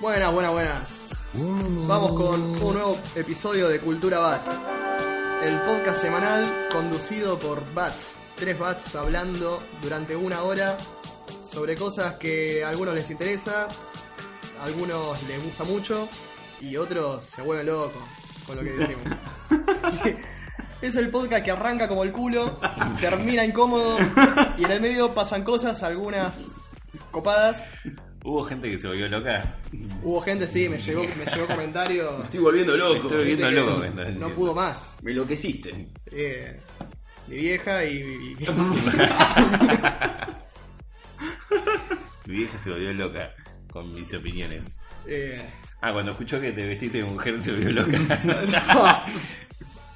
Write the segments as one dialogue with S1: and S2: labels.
S1: Buenas, buenas, buenas. Vamos con un nuevo episodio de Cultura Bat. El podcast semanal conducido por Bats. Tres Bats hablando durante una hora sobre cosas que a algunos les interesa, a algunos les gusta mucho y otros se vuelven locos con lo que decimos. Es el podcast que arranca como el culo, termina incómodo y en el medio pasan cosas, algunas copadas.
S2: Hubo gente que se volvió loca.
S1: Hubo gente, sí, me llegó, me llegó comentario.
S3: Estoy volviendo loco.
S2: Estoy
S1: gente
S2: volviendo
S1: que
S2: loco. me estás
S1: No
S2: diciendo.
S1: pudo más.
S3: Me enloqueciste.
S1: Eh, mi vieja y, y-
S2: Mi vieja se volvió loca con mis opiniones.
S1: eh,
S2: Ah, cuando escuchó que te vestiste de mujer se volvió loca.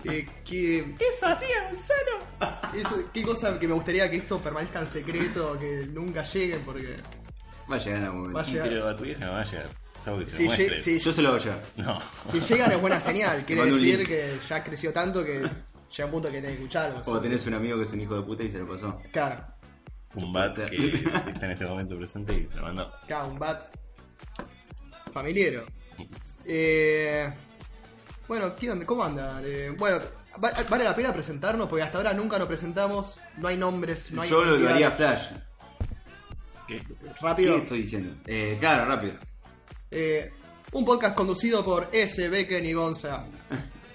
S1: eh, que-
S2: Eso hacía Gonzalo.
S1: eso- qué cosa que me gustaría que esto permanezca en secreto, que nunca lleguen porque
S3: Va a llegar en algún momento.
S1: va a llegar.
S2: Pero a tu vieja no va a llegar. Salvo que se
S1: Si,
S2: lo
S1: lle-
S2: muestres.
S1: si-
S3: Yo se lo voy a llevar.
S2: No.
S1: si llegan es buena señal, quiere
S3: Mando un
S1: decir
S3: link.
S1: que ya creció tanto que llega un punto que tiene que escucharlo.
S3: O tenés un amigo que es un hijo de puta y se lo pasó.
S1: Claro,
S2: Un bat
S3: Puede ser.
S2: que está en este momento presente y se lo mandó.
S1: claro, un bat familiero. Eh, bueno, ¿qué onda? ¿cómo anda? Eh, bueno, va- vale la pena presentarnos porque hasta ahora nunca nos presentamos, no hay nombres, no hay
S3: Yo lo, lo haría
S1: identidades.
S3: flash.
S2: ¿Qué?
S1: Rápido.
S3: ¿Qué estoy diciendo? Eh, claro, rápido.
S1: Eh, un podcast conducido por S. Becken y Gonza.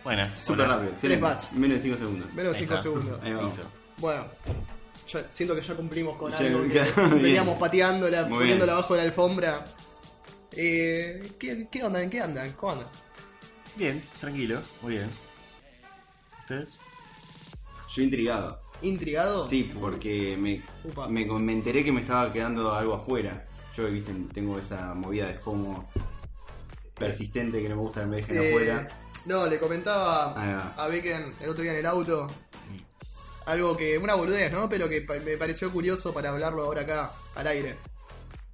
S2: Buenas.
S3: Súper
S2: hola.
S3: rápido. Excelente.
S1: bats.
S3: Menos de 5 segundos.
S1: Menos de
S2: Ahí
S1: 5
S2: está.
S1: segundos.
S3: Ahí vamos.
S2: Listo.
S1: Bueno, yo siento que ya cumplimos con
S3: Ya,
S1: algo que
S3: claro, bien.
S1: veníamos pateándola,
S3: Muy
S1: poniéndola
S3: bien.
S1: abajo de la alfombra. Eh, ¿qué, ¿Qué onda? ¿En qué andan? ¿Cómo andan?
S2: Bien, tranquilo. Muy bien. ¿Ustedes?
S3: Yo intrigado.
S1: ¿Intrigado?
S3: Sí, porque me,
S1: Upa.
S3: me, me enteré que me estaba quedando algo afuera. Yo, viste, tengo esa movida de FOMO persistente que no me gusta que me dejen
S1: Eh,
S3: afuera.
S1: No, le comentaba
S3: Ahí va.
S1: a Becken el otro día en el auto algo que, una boludez, ¿no? Pero que pa- me pareció curioso para hablarlo ahora acá, al aire.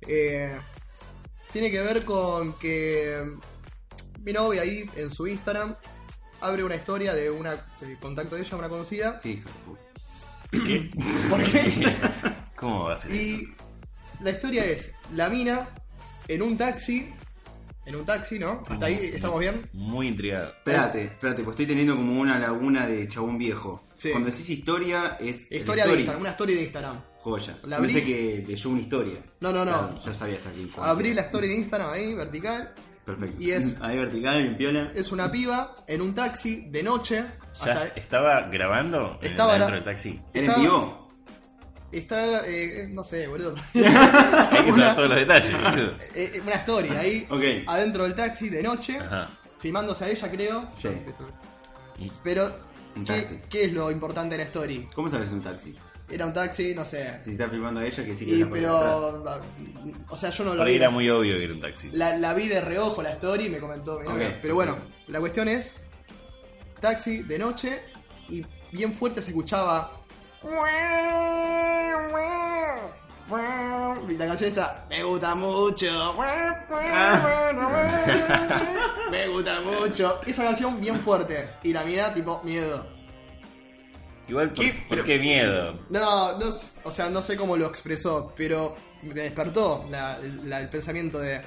S1: Eh, tiene que ver con que mm, mi novia ahí en su Instagram abre una historia de una eh, contacto de ella, una conocida,
S3: Qué hijo de puta.
S2: ¿Qué?
S1: ¿Por qué?
S2: ¿Cómo va a ser eso?
S1: y la historia es la mina en un taxi, en un taxi, ¿no? Hasta ahí estamos bien.
S2: Muy intrigado.
S3: Espérate,
S1: eh.
S3: espérate, pues estoy teniendo como una laguna de chabón viejo.
S1: Sí.
S3: Cuando decís historia es. el
S1: Historia de
S3: story.
S1: Instagram, una historia de Instagram.
S3: Joya.
S1: La
S3: La Pensé
S1: abrís-
S3: que leyó una historia.
S1: No, no, no.
S3: Claro, ya sabía hasta aquí.
S1: Abrí la historia de Instagram ahí, vertical.
S3: Perfecto.
S1: y es-
S3: Ahí vertical, limpiola.
S1: Es una piba en un taxi de noche.
S2: ¿Ya
S1: Hasta-
S2: estaba grabando en-
S1: Estaba
S2: dentro
S1: gra-
S2: del taxi?
S3: ¿Eres
S1: Estaba-
S3: vivo?
S1: está, eh, no sé, boludo.
S2: Hay que
S1: Una-
S2: saber todos los detalles. boludo.
S1: Eh, eh, una historia ahí,
S3: Ok.
S1: adentro del taxi de noche,
S2: Ajá.
S1: filmándose a ella, creo.
S3: Sí.
S1: Pero,
S3: Un
S1: ¿qué,
S3: taxi.
S1: qué es lo importante en la story?
S3: ¿Cómo sabes un taxi?
S1: Era un taxi, no sé.
S3: Si está filmando a ella, que sí que
S1: y,
S3: la puede ver atrás.
S1: pero, o sea, yo no lo
S2: Por ahí
S1: vi.
S2: era muy obvio que era un taxi.
S1: La, la vi de reojo la story y me comentó mi
S3: Ok.
S1: novia. Pero bueno, la cuestión es: taxi de noche y bien fuerte se escuchaba. Y la canción esa, me gusta mucho.
S3: Ah.
S1: Me gusta mucho. Esa canción bien fuerte. Y la mina, tipo, miedo.
S2: Igual, ¿por
S3: ¿Qué?
S2: por
S3: Pero-
S2: qué miedo?
S1: No, no, s- o sea, no sé cómo lo expresó, pero me despertó la- la- el pensamiento de.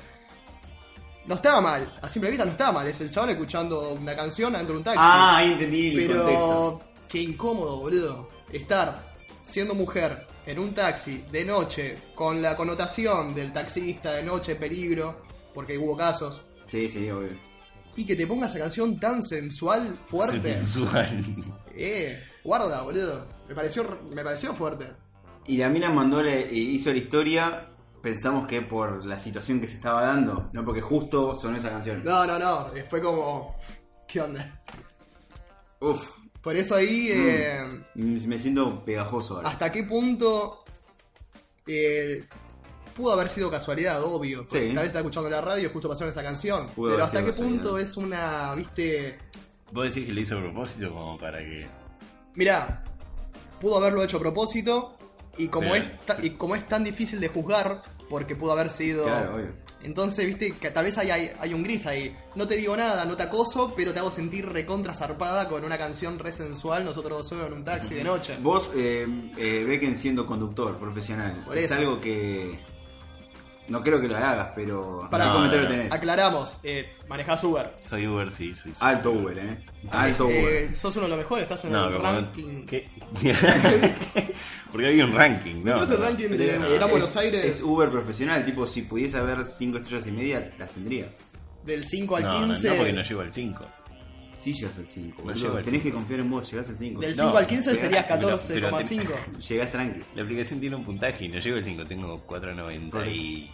S1: No estaba mal, a simple vista no estaba mal, es el chabón escuchando una canción dentro de un taxi.
S3: Ah, ahí entendí el contexto.
S1: pero. Qué incómodo, boludo. Estar siendo mujer en un taxi de noche, con la connotación del taxista de noche, peligro, porque hubo casos,
S3: Sí, sí, obvio.
S1: y que te ponga esa canción tan sensual, fuerte.
S2: Sensual.
S1: Eh, guarda, boludo. Me pareció, me pareció fuerte.
S3: Y la mina mandó, la- eh, hizo la historia. Pensamos que por la situación que se estaba dando, no porque justo sonó esa canción.
S1: No, no, no. eh, Fue como. ¿Qué onda?
S3: Uf,
S1: Por eso ahí.
S3: Mm.
S1: eh,
S3: me siento pegajoso ahora.
S1: ¿Hasta qué punto. eh, pudo haber sido casualidad, obvio. porque
S3: Sí.
S1: Tal vez está escuchando la radio y justo pasaron esa canción.
S3: Pudo
S1: pero
S3: haber
S1: hasta
S3: sido
S1: qué
S3: casualidad.
S1: punto es una, viste.
S2: ¿Vos decís que lo hizo a propósito como para que...
S1: Mirá, pudo haberlo hecho a propósito. Y como,
S2: Bien.
S1: es ta- y como es tan difícil de juzgar, porque pudo haber sido.
S3: Claro, obvio.
S1: Entonces, viste, que tal vez hay, hay, hay un gris ahí. No te digo nada, no te acoso, pero te hago sentir recontra zarpada con una canción re sensual, nosotros dos solos en un taxi de noche.
S3: Vos, eh, eh, Becken siendo conductor profesional,
S1: Por
S3: es
S1: eso.
S3: algo que. No creo que lo hagas, pero.
S1: Pará,
S3: ¿Qué comentario
S2: no, no.
S3: tenés?
S1: Aclaramos, eh, manejás Uber.
S2: Soy Uber, sí, soy Uber.
S3: Alto Uber, eh. Alto
S1: Eh,
S3: Uber.
S1: sos uno de los mejores, estás en
S2: No,
S1: el
S2: pero
S1: ranking.
S2: ¿Qué? Porque había un ranking, ¿no?
S1: No es el ranking de
S3: Pero,
S1: de Gran
S3: es-
S1: eh, Buenos Aires
S3: Es Uber profesional, tipo, si pudiese haber 5 estrellas y media, las tendría.
S1: del 5 al
S2: No, no,
S1: 15.
S2: no, porque no llego al 5.
S3: Sí, llegas al 5.
S2: No llego al
S3: Tenés que
S2: cinco.
S3: confiar en vos, llegás al 5.
S1: del
S2: no,
S1: 5 al 15
S2: pero-
S1: serías
S2: pero- pero-
S1: 14,5.
S3: Llegás tranqui.
S2: La aplicación tiene un puntaje y no llego al 5, tengo 4.96. y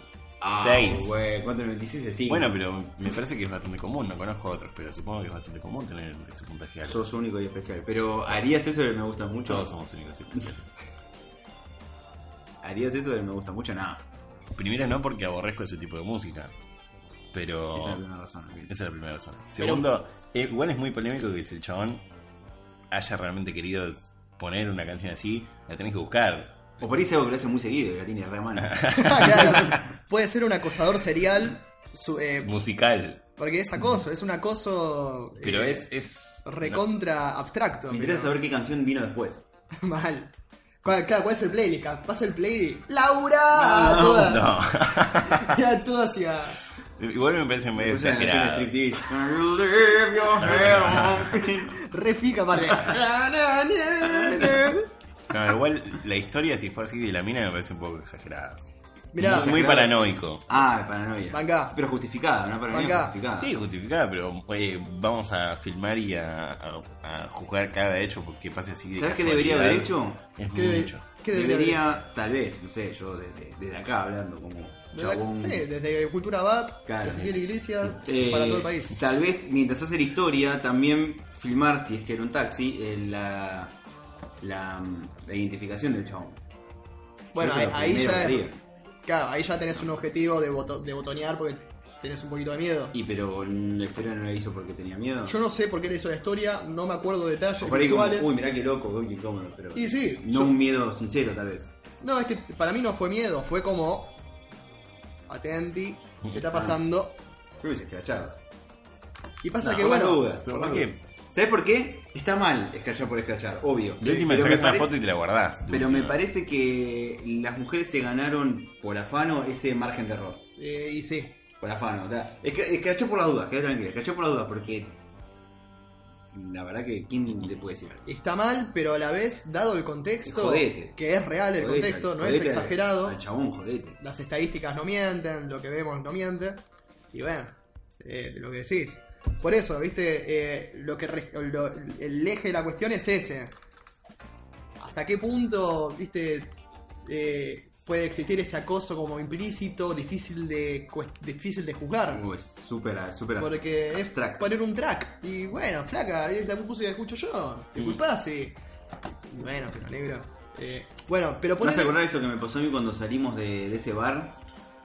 S3: Ah, güey, 4.96 es 5.
S2: Bueno, pero me parece que es bastante común, no conozco otros, pero supongo que es bastante común tener ese puntaje alto.
S3: sos único y especial. Pero harías eso de me gusta mucho.
S2: Todos somos únicos y especiales.
S3: Harías eso de me gusta mucho, nada.
S2: Primero no porque aborrezco ese tipo de música, pero
S3: Esa es la
S2: esa
S3: primera razón. ok.
S2: es la primera razón. Segundo, eh, igual es muy polémico que si el chabón haya realmente querido poner una canción así, la tenés que buscar.
S3: O por ahí es algo que lo hace muy seguido, que la tiene re a mano.
S1: claro, puede ser un acosador serial, su- eh,
S2: Musical,
S1: porque es acoso, es un acoso. eh,
S2: pero es... es
S1: Recontra abstracto.
S3: Me interesa
S1: pero-
S3: saber qué canción vino después.
S1: Mal. ¿Cuál, claro, ¿cuál es el playlist? Pasa el playlist. ¡Laura! toda,
S2: No.
S1: ya toda hacia.
S2: Igual me parece medio
S3: Después de
S2: exagerado.
S3: la canción de striptease. Can you leave your hair on?
S1: Re fica, aparte.
S2: No, igual la historia, si fue así de la mina, me parece un poco exagerada.
S1: Mirá,
S2: Muy- muy
S3: Exagerada.
S2: paranoico.
S3: Ah, paranoia.
S1: Bancá.
S3: Pero justificada, una paranoia
S1: Bancá.
S3: justificada.
S2: Sí, justificada, pero oye, vamos a filmar y a, a- a juzgar cada hecho porque pase así de
S3: ¿Sabes qué
S2: casualidad.
S3: debería haber hecho?
S2: Es
S1: ¿qué,
S2: muy
S1: debe-
S2: hecho.
S1: qué debería? haber
S3: Debería, tal vez, no sé, yo desde, desde acá hablando como
S1: hecho? Desde-
S3: chabón.
S1: sí, desde Cultura Bat,
S3: Claro,
S1: Ezequiel
S3: sí.
S1: Iglesias,
S3: Eh,
S1: para todo el país.
S3: Tal vez mientras hace la historia, también filmar, si es que era un taxi, eh, la, la, mm, la identificación del chabón.
S1: Bueno,
S3: Eso
S1: ahí,
S3: es lo
S1: ahí
S3: primero
S1: ya,
S3: que haría.
S1: claro, ahí ya tenés un objetivo de, boto- de botonear porque tenés un poquito de miedo.
S3: Y pero mm, la historia no la hizo porque tenía miedo.
S1: Yo no sé por qué le hizo la historia, no me acuerdo detalles
S3: O por ahí como,
S1: visuales.
S3: uy, mirá qué loco, uy, qué incómodo. Pero
S1: Y sí,
S3: no
S1: yo-
S3: un miedo sincero, tal vez.
S1: No, es que para mí no fue miedo, fue como. Atenti, ¿qué está pasando?
S3: Creo que se escrachaba.
S1: Y pasa
S3: No,
S1: que
S3: por las
S1: bueno.
S3: dudas, por
S2: ¿por
S3: las
S2: qué?
S3: dudas. ¿Sabes por qué? Está mal escrachar por escrachar, obvio.
S2: De última,
S3: Pero
S2: sacás
S3: me
S2: una
S3: parece-
S2: foto y te la guardás. de
S3: Pero me
S2: última.
S3: parece que las mujeres se ganaron por afano ese margen de error.
S1: eh, y sí.
S3: Por afano. o sea, escra- Escrachó por las dudas, quédate tranquilo. Escrachó por las dudas porque. La verdad que, ¿quién le puede decir algo?
S1: Está mal, pero a la vez, dado el contexto,
S3: Jodete.
S1: que es real el
S3: Jodete
S1: contexto,
S3: al-
S1: no es
S3: jodete al-
S1: exagerado,
S3: Al chabón, jodete.
S1: las estadísticas no mienten, lo que vemos no miente, y bueno, eh, lo que decís. Por eso, viste, eh, lo que re- lo- el eje de la cuestión es ese. ¿Hasta qué punto, viste, eh, puede existir ese acoso como implícito, difícil de, cuest- difícil de juzgar?
S3: Uy, es súper, súper.
S1: Porque es
S3: Abstract.
S1: poner un track. Y bueno, flaca, es la música que escucho yo.
S3: Mm.
S1: Disculpá si. Y Bueno, pero negro. Eh, bueno, pero
S3: ¿Me vas a
S1: ponele-
S3: acordar eso que me pasó a mí cuando salimos de, de ese bar?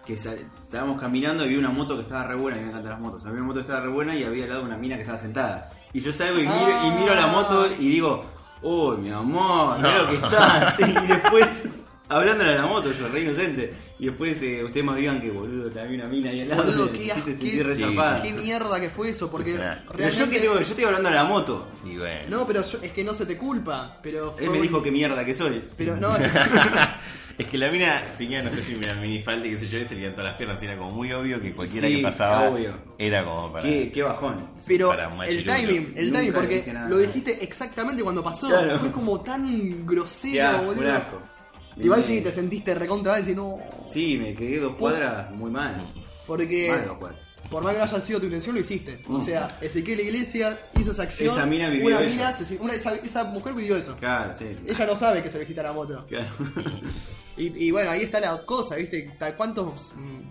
S3: Que sal- estábamos caminando y vi una moto que estaba re buena, y me encantan las motos. Había una moto que estaba re buena y había al lado una mina que estaba sentada. Y yo salgo y miro,
S1: Ah.
S3: y miro la moto y digo, ¡Uy, mi amor! mira lo que estás! y después, hablándole a la moto, yo re inocente. Y después eh, ustedes me digan que boludo, te había una mina ahí al lado.
S1: Boludo,
S3: me
S1: ¿qué-
S3: hiciste
S1: qué-
S3: sentir re
S2: sí,
S3: zarpada.
S1: ¿Qué
S2: Eso es-
S1: mierda que fue eso? Porque.
S2: es una-
S3: Pero yo que
S1: realmente-
S3: digo, yo estoy hablando a la moto.
S2: Y bueno.
S1: No, pero yo- es que no se te culpa. Pero fue
S3: Él me
S1: un-
S3: dijo que mierda que soy.
S1: Pero no,
S2: es que la mina tenía, no sé si una minifalda y qué sé yo, y se le iban todas las piernas. Y era como muy obvio que cualquiera
S3: Sí,
S2: que pasaba
S3: obvio.
S2: era como para.
S3: Qué, qué bajón.
S1: pero
S2: Para un
S1: el
S2: machirulo.
S1: timing, el
S3: Nunca
S1: timing,
S3: le
S1: porque
S3: dije nada.
S1: lo dijiste exactamente cuando pasó.
S3: Claro.
S1: Fue como tan grosero,
S3: Qué asco, un
S1: boludo.
S3: asco.
S1: Igual
S3: Me-
S1: si te sentiste recontra mal, decís, no.
S3: Sí, me quedé dos cuadras muy mal.
S1: Porque.
S3: Mal dos cuadras.
S1: Por más que no haya sido tu intención, lo hiciste. O
S3: Mm.
S1: sea, Ezequiel Iglesias hizo esa acción.
S3: Esa mina vivió
S1: una
S3: eso.
S1: mina se- una- esa, esa mujer vivió eso.
S3: Claro, sí.
S1: Ella no sabe que se le quita la moto.
S3: Claro.
S1: Y, y bueno, ahí está la cosa, ¿viste? Ta- ¿Cuántos mm,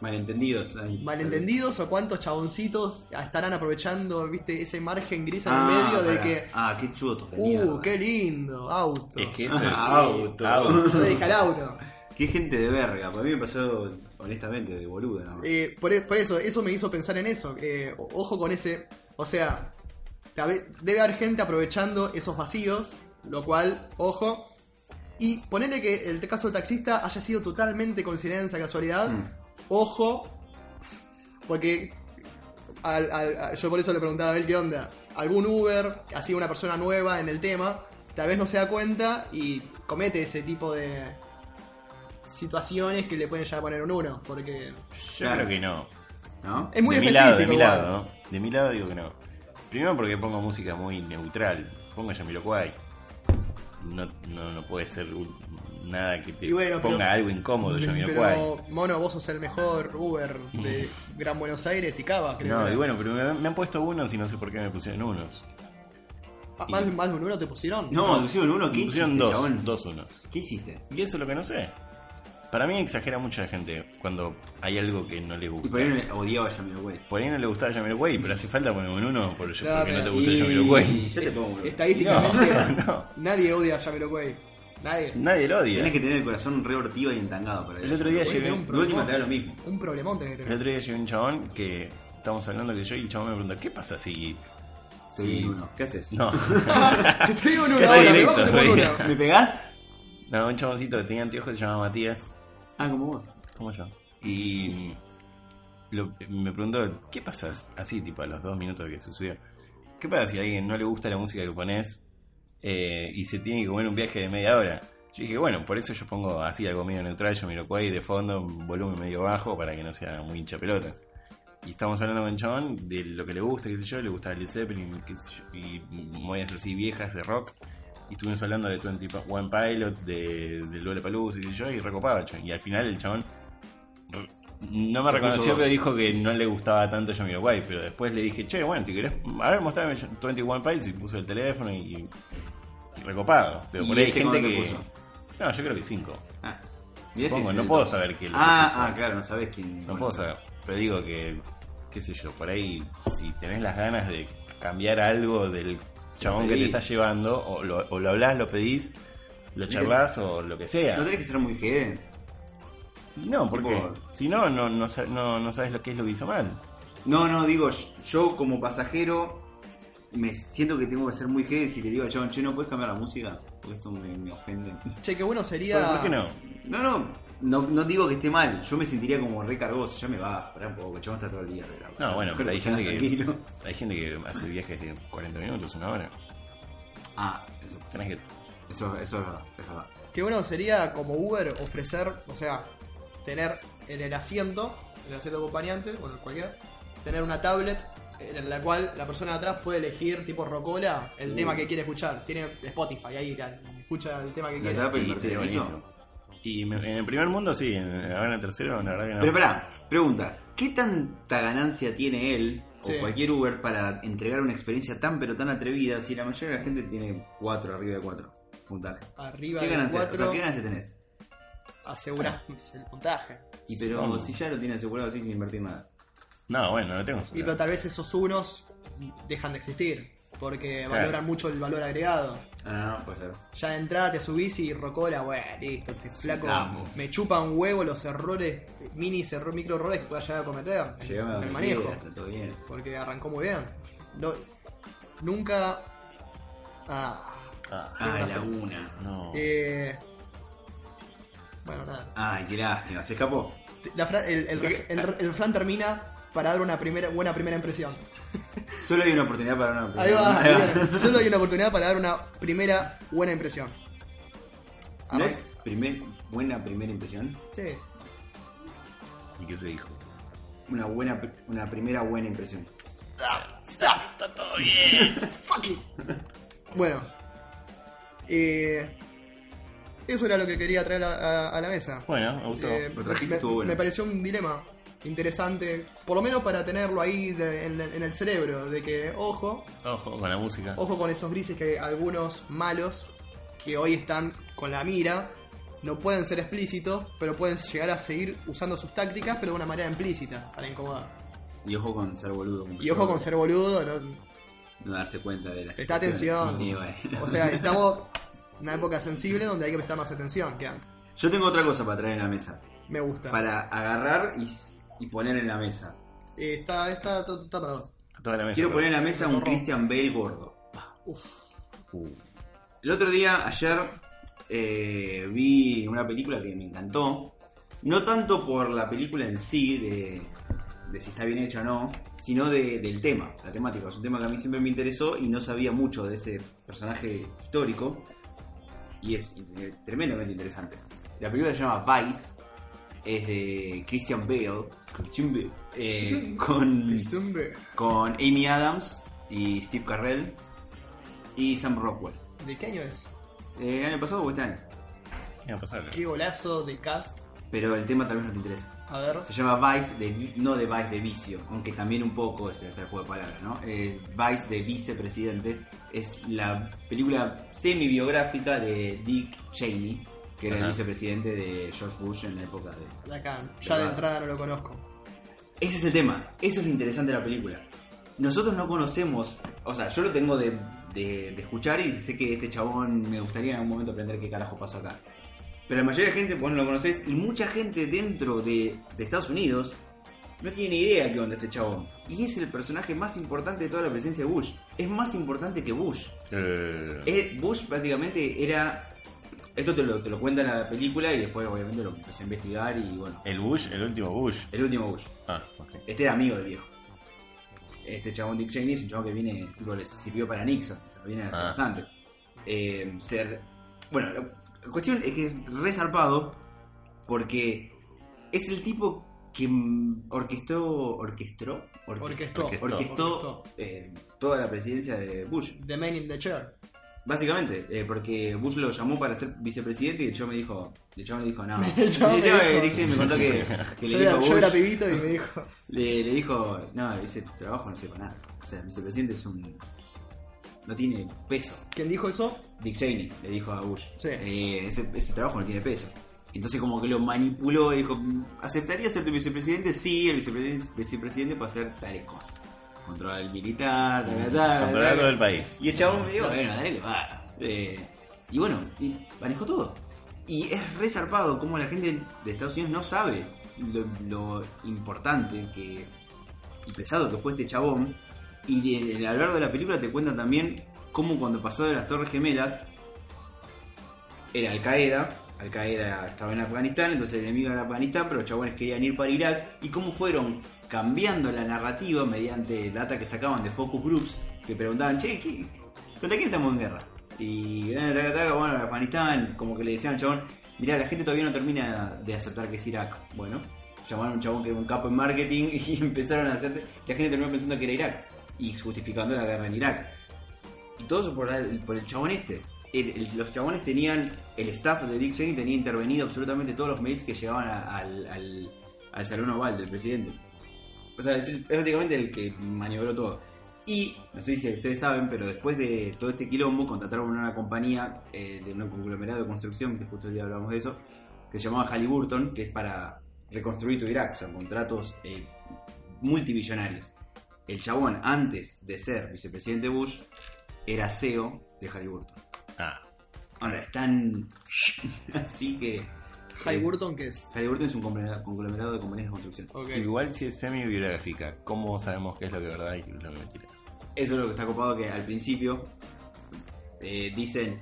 S3: Malentendidos. ahí.
S1: malentendidos o cuántos chaboncitos estarán aprovechando, ¿viste? Ese margen gris en el
S3: Ah,
S1: medio de
S3: pará.
S1: que.
S3: Ah, qué chuto.
S1: Uh, qué lindo, auto.
S2: Es que eso es.
S3: Auto.
S2: Auto.
S1: Yo le dije al auto.
S3: Qué gente de verga. Para mí me pasó, honestamente, de boludo. ¿no?
S1: Eh, por, e- por eso, eso me hizo pensar en eso. eh, o- ojo con ese. O sea, a ve- debe haber gente aprovechando esos vacíos, lo cual, ojo. Y ponerle que el caso del taxista haya sido totalmente coincidencia, casualidad.
S3: Mm.
S1: Ojo, porque al- al- a- yo por eso le preguntaba a él qué onda. Algún Uber, así una persona nueva en el tema, tal vez no se da cuenta y comete ese tipo de situaciones que le pueden ya poner un uno, porque
S2: Yo creo que no.
S3: ¿No?
S1: es muy
S2: de mi
S1: específico.
S2: lado, de mi
S1: igual.
S2: lado, ¿no? De mi lado digo que no. Primero porque pongo música muy neutral. Pongo Jamiroquai. No, no, no puede ser un- nada que te
S1: Y bueno,
S2: ponga
S1: pero-
S2: algo incómodo Jamiroquai.
S1: Pero, mono, vos sos el mejor Uber de Gran Buenos Aires y Cava, creo.
S2: Mm.
S1: que
S2: No, y
S1: era.
S2: bueno, pero me, me han puesto unos y no sé por qué me pusieron unos.
S1: Ah, ¿Más, más de un uno te pusieron?
S3: No, me pusieron uno, ¿qué
S2: Me pusieron
S3: hiciste,
S2: dos,
S3: chabón?
S2: dos unos.
S3: ¿Qué hiciste?
S2: Y eso es lo que no sé. Para mí exagera mucho la gente cuando hay algo que no le
S3: Y
S2: gusta.
S3: por ahí me odiaba a Jamiroquai.
S2: Por ahí no le gustaba Jamiroquai, pero hace falta ponerme un uno por,
S1: No,
S2: porque no
S1: pero-
S2: te gusta
S3: Y...
S2: Jamiroquai.
S3: Yo te pongo uno.
S1: Estadísticamente,
S2: No, no.
S1: nadie odia a Jamiroquai. Nadie.
S2: Nadie lo odia.
S3: Tienes que tener el corazón re ortivo y entangado para
S2: El otro día
S3: Jamiroquai.
S2: llevé-
S3: De última te da lo mismo.
S2: Mm.
S1: Un problemón tenés que
S2: El
S1: tener.
S2: otro día llegó un chabón que estábamos hablando que yo y el chabón me preguntó, ¿qué pasa si...?
S3: Soy
S2: Sí.
S3: un uno. ¿Qué haces?
S2: No,
S1: Si te digo un uno,
S2: Re
S1: ahora, me
S2: directo,
S1: bajo y te
S2: re
S1: pongo un
S2: directo.
S1: uno.
S3: ¿Me pegás?
S2: no, un chaboncito que tenía anteojos se llamaba Matías,
S3: Ah, como vos.
S2: como yo. Y lo- me preguntó, ¿qué pasa así, tipo a los dos minutos que sucedió? ¿Qué pasa si a alguien no le gusta la música que pones eh, y se tiene que comer un viaje de media hora? Yo dije, bueno, por eso yo pongo así algo medio neutral, yo miro cuay de fondo, un volumen medio bajo para que no sea muy hincha pelotas. Y estamos hablando con el Chabón de lo que le gusta, qué sé yo, le gusta Led Zeppelin, qué sé yo, y movidas así viejas de rock. Y estuvimos hablando de 21 Pilots, de, de Lollapalooza, qué sé yo, y recopaba, el chabón. Y al final el chabón re- no me
S3: Te puso
S2: reconoció,
S3: dos.
S2: pero dijo que no le gustaba tanto Jamiroquai. Pero después le dije, che, bueno, si querés, a ver, mostrame 21 Pilots, y puso el teléfono y, y recopado. Pero
S3: ¿Y
S2: por ahí hay
S3: ese
S2: gente
S3: cuánto
S2: que...
S3: puso?
S2: No, yo creo que 5.
S3: Ah. Y ese
S2: Supongo,
S3: es
S2: no
S3: el
S2: puedo
S3: dos.
S2: saber qué es lo que
S3: Ah,
S2: puso.
S3: ah, claro, no sabés quién.
S2: No
S3: bueno.
S2: puedo saber, pero digo que, qué sé yo, por ahí, si tenés las ganas de cambiar algo del chabón que te
S3: pedís.
S2: estás llevando, o lo, o lo hablás, lo pedís, lo
S3: Tenés que-
S2: charlás o lo que sea.
S3: No tenés que ser muy GD.
S2: No, porque
S3: tipo-
S2: si no no, no, sa- no, no sabes lo que es lo que hizo mal.
S3: No, no, digo, yo como pasajero me siento que tengo que ser muy GD si te digo, chabón, che, no puedes cambiar la música porque esto me, me ofende.
S1: Che, qué bueno
S2: ¿Por,
S1: sería.
S2: por qué no?
S3: No, no, no, no digo que esté mal, yo me sentiría como recargoso, ya me va, pará un poco, el chabón está todo el día. recargado.
S2: No, bueno, pero hay
S3: Escuchá,
S2: gente que
S3: tranquilo.
S2: hay gente que hace viajes de 40 minutos, una hora.
S3: Ah, eso,
S2: Tenés que
S3: eso, eso es verdad, es verdad.
S1: Qué bueno sería como Uber ofrecer, o sea, tener en el asiento, en el asiento acompañante, bueno, cualquiera, tener una tablet en la cual la persona de atrás puede elegir, tipo Rocola, el
S3: Uh.
S1: tema que quiere escuchar. Tiene Spotify ahí, la- escucha el tema que
S3: La
S1: quiere.
S3: tapa
S2: y
S3: invertir
S2: estaría
S3: en eso.
S2: buenísimo. Y me- en el primer mundo sí, en, ahora en el tercero la verdad que no.
S3: Pero pará, pregunta, ¿qué tanta ganancia tiene él o
S1: Sí.
S3: cualquier Uber para entregar una experiencia tan pero tan atrevida si la mayoría de la gente tiene 4 arriba de 4 puntaje?
S1: Arriba
S3: ¿Qué
S1: de
S3: ganancia? O sea,
S1: cuatro,
S3: ¿qué ganancia Ah. tenés?
S1: asegurás el puntaje.
S3: Y pero
S2: Supongo.
S3: si ya lo tiene asegurado así sin invertir nada.
S2: No, bueno, no tengo.
S1: Y pero tal vez esos unos dejan de existir, porque
S2: Claro.
S1: valoran mucho el valor agregado.
S3: Ah, no, no, puede ser.
S1: Ya de entrada te subís y rocola, bueno, listo, este flaco.
S3: capo.
S1: Me chupa un huevo los errores, minis, erro- micro errores que pueda llegar a cometer en-
S3: Llegame a
S1: en
S3: donde
S1: el manejo.
S3: quiera, está todo bien.
S1: Porque arrancó muy bien. No- nunca. Ah,
S2: Ah,
S3: Ah, la una.
S2: no.
S1: eh, bueno, nada.
S3: Ay, qué lástima, se escapó.
S1: La fra- el, el,
S3: ah.
S1: el- el Fran termina para dar una primera, buena primera impresión.
S3: Solo hay una oportunidad para una
S1: Ahí va,
S3: Ahí va.
S1: bien. Solo hay una oportunidad para dar una primera buena impresión.
S3: ¿No
S1: Arran-
S3: es primer- buena primera impresión?
S1: Sí.
S2: ¿Y qué se dijo?
S3: Una buena pr- una primera buena impresión.
S1: ¡Stop! ¡Está todo bien! ¡Fuck it! Bueno. eh, eso era lo que quería traer a, a- a la mesa.
S2: Bueno, me gustó.
S1: Eh,
S3: Lo trajiste,
S1: me,
S3: estuvo bueno.
S1: me pareció un dilema interesante, por lo menos para tenerlo ahí de- en, en el cerebro, de que, ojo,
S2: Ojo con la música.
S1: ojo con esos grises que algunos malos que hoy están con la mira, no pueden ser explícitos, pero pueden llegar a seguir usando sus tácticas, pero de una manera implícita, para incomodar.
S3: Y ojo con ser boludo. como
S1: Y ojo
S3: yo,
S1: con ser boludo, no,
S3: No darse cuenta de la
S1: Presta
S3: situación.
S1: atención.
S3: Y bueno.
S1: O sea, estamos Una época sensible donde hay que prestar más atención que antes.
S3: Yo tengo otra cosa para traer en la mesa.
S1: Me gusta.
S3: Para agarrar y, s- y poner en la mesa.
S1: Eh, está, está, está, está para dos.
S2: Toda la mesa,
S3: Quiero
S2: pero-
S3: poner en la mesa un Christian Bale gordo.
S2: Uf.
S3: El otro día, ayer, eh, vi una película que me encantó. No tanto por la película en sí, de, de si está bien hecha o no, sino de- del tema, la temática. Es un tema que a mí siempre me interesó y no sabía mucho de ese personaje histórico. Y es eh, tremendamente interesante. La película se llama Vice. Es de Christian Bale. Christian Bale, eh, con,
S1: Christian
S3: con Amy Adams y Steve Carell y Sam Rockwell.
S1: Bale. ¿De qué año es?
S3: Eh, ¿El año pasado o este año?
S2: ¿Qué va a pasar?
S1: Qué golazo de cast.
S3: Pero el tema tal vez no te interesa.
S1: A ver.
S3: Se llama Vice, de, vi- no de Vice de vicio, aunque también un poco es este juego de palabras, ¿no? Eh, Vice de vicepresidente es la película semi-biográfica de Dick Cheney, que era el
S2: Ajá.
S3: vicepresidente de George Bush en la época de...
S1: de Acá, ya de entrada no lo conozco.
S3: Ese es el tema, eso es lo interesante de la película. Nosotros no conocemos, o sea, yo lo tengo de, de- de escuchar y sé que este chabón me gustaría en algún momento aprender qué carajo pasó acá. Pero la mayoría de gente vos no lo conocés y mucha gente dentro de, de Estados Unidos no tiene ni idea qué onda ese chabón. Y es el personaje más importante de toda la presencia de Bush. Es más importante que Bush.
S2: Eh,
S3: Eh, Bush prácticamente era... Esto te lo, te lo cuenta en la película y después obviamente lo empecé a investigar y bueno.
S2: el Bush, el último Bush.
S3: El último Bush.
S2: Ah, ok.
S3: Este era amigo del viejo. Este chabón Dick Cheney es un chabón que viene, tipo, le sirvió para Nixon, o sea, viene hace
S2: Ah.
S3: bastante. Eh, ser. Bueno, la la cuestión es que es re zarpado porque es el tipo que mm, orquestó. ¿Orquestró? Orque-
S1: Orquestó.
S3: Orquestó,
S1: Orquestó.
S3: eh, toda la presidencia de Bush.
S1: The Man in the Chair.
S3: Básicamente, eh, porque Bush lo llamó para ser vicepresidente y el chabón me dijo. El chabón le dijo, no.
S1: El chabón me
S3: No, eh,
S1: dijo-
S3: Dick Cheney me contó que, que
S1: Yo
S3: le dijo
S1: era,
S3: a
S1: yo era
S3: Bush.
S1: pibito y me dijo.
S3: Le, le dijo, no, ese trabajo no sirve para nada. O sea, el vicepresidente es un... No tiene peso.
S1: ¿Quién dijo eso?
S3: Dick Cheney le dijo a Bush.
S1: Sí.
S3: "Eh, ese, ese trabajo no tiene peso. Entonces como que lo manipuló y dijo, ¿aceptaría ser tu vicepresidente? Sí, el vicepresidente, vicepresidente para hacer tales cosas. Controlar el militar, tal, tal, tal,
S2: Controlar
S3: tal".
S2: todo el país.
S3: Y el chabón me dijo, bueno, dale, que va. Eh, y bueno, y manejó todo. Y es re zarpado como la gente de Estados Unidos no sabe lo, lo importante que y pesado que fue este chabón. Y de- de- a lo largo de la película te cuentan también cómo cuando pasó de las Torres Gemelas era Al Qaeda. Al Qaeda estaba en Afganistán, entonces el enemigo era Afganistán, pero los chabones querían ir para Irak. Y cómo fueron cambiando la narrativa mediante data que sacaban de focus groups que preguntaban, che, ¿qué- ¿contra quién estamos en guerra? Y eh, taca, taca, bueno, Afganistán, como que le decían al chabón, mirá, la gente todavía no termina de aceptar que es Irak. Bueno, llamaron a un chabón que era un capo en marketing y empezaron a hacer. La gente terminó pensando que era Irak y justificando la guerra en Irak. Y todo eso por, la- por el chabón este. El- el- los chabones tenían, el staff de Dick Cheney tenía intervenido absolutamente todos los mails que llegaban a- al, al- al salón oval del presidente. O sea, es, el- es básicamente el que maniobró todo. Y, no sé si ustedes saben, pero después de todo este quilombo contrataron a una compañía eh, de un conglomerado de construcción, que justo hoy día hablamos de eso, que se llamaba Halliburton, que es para reconstruir tu Irak, o sea, contratos eh, multibillonarios. El chabón, antes de ser vicepresidente Bush, era CEO de Halliburton.
S2: Ah,
S3: Ahora, están así que...
S1: High Burton, ¿qué es?
S3: Halliburton es un conglomera- conglomerado de compañías de construcción.
S1: Ok.
S2: Igual si es semi-biográfica, ¿cómo sabemos qué es lo que es verdad y qué es lo que es mentira?
S3: Eso es lo que está copado que al principio eh, dicen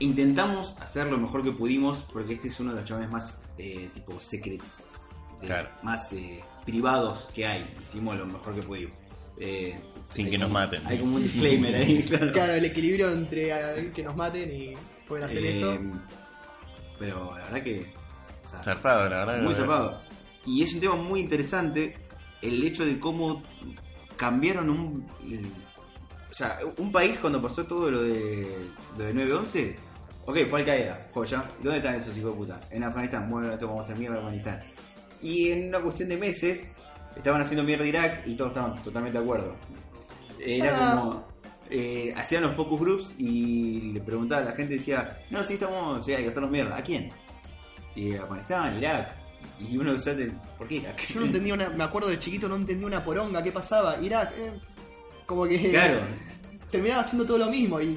S3: intentamos hacer lo mejor que pudimos porque este es uno de los chavales más eh, tipo secrets, de-
S2: Claro.
S3: más eh, privados que hay. Hicimos lo mejor que pudimos. Eh,
S2: Sin
S3: hay
S2: que nos
S3: como-
S2: maten.
S3: Hay como un disclaimer ahí, claro.
S1: Claro, el equilibrio entre ah, que nos maten y poder hacer
S3: Eh,
S1: esto.
S3: Pero la verdad que... o sea,
S2: Zarpado, la verdad.
S3: Muy
S2: la verdad.
S3: zarpado. Y es un tema muy interesante el hecho de cómo cambiaron un. el- o sea, un país cuando pasó todo lo de, lo de 9-11. Ok, fue Al Qaeda, joya. ¿Y ¿Dónde están esos hijos de puta? En Afganistán. Bueno, esto vamos a hacer mierda en Afganistán. Y en una cuestión de meses estaban haciendo mierda Irak y todos estaban totalmente de acuerdo. Era
S1: Ah.
S3: como. eh, hacían los focus groups y le preguntaba a la gente, decía, no, sí, estamos, sí, hay que hacernos mierda. ¿A quién? Y eh, Afganistán, Irak. Y uno ya te. ¿Por qué Irak?
S1: Yo no entendía una. Me acuerdo de chiquito, no entendía una poronga. ¿Qué pasaba? Irak, eh, como que.
S3: Claro.
S1: Terminaba haciendo todo lo mismo y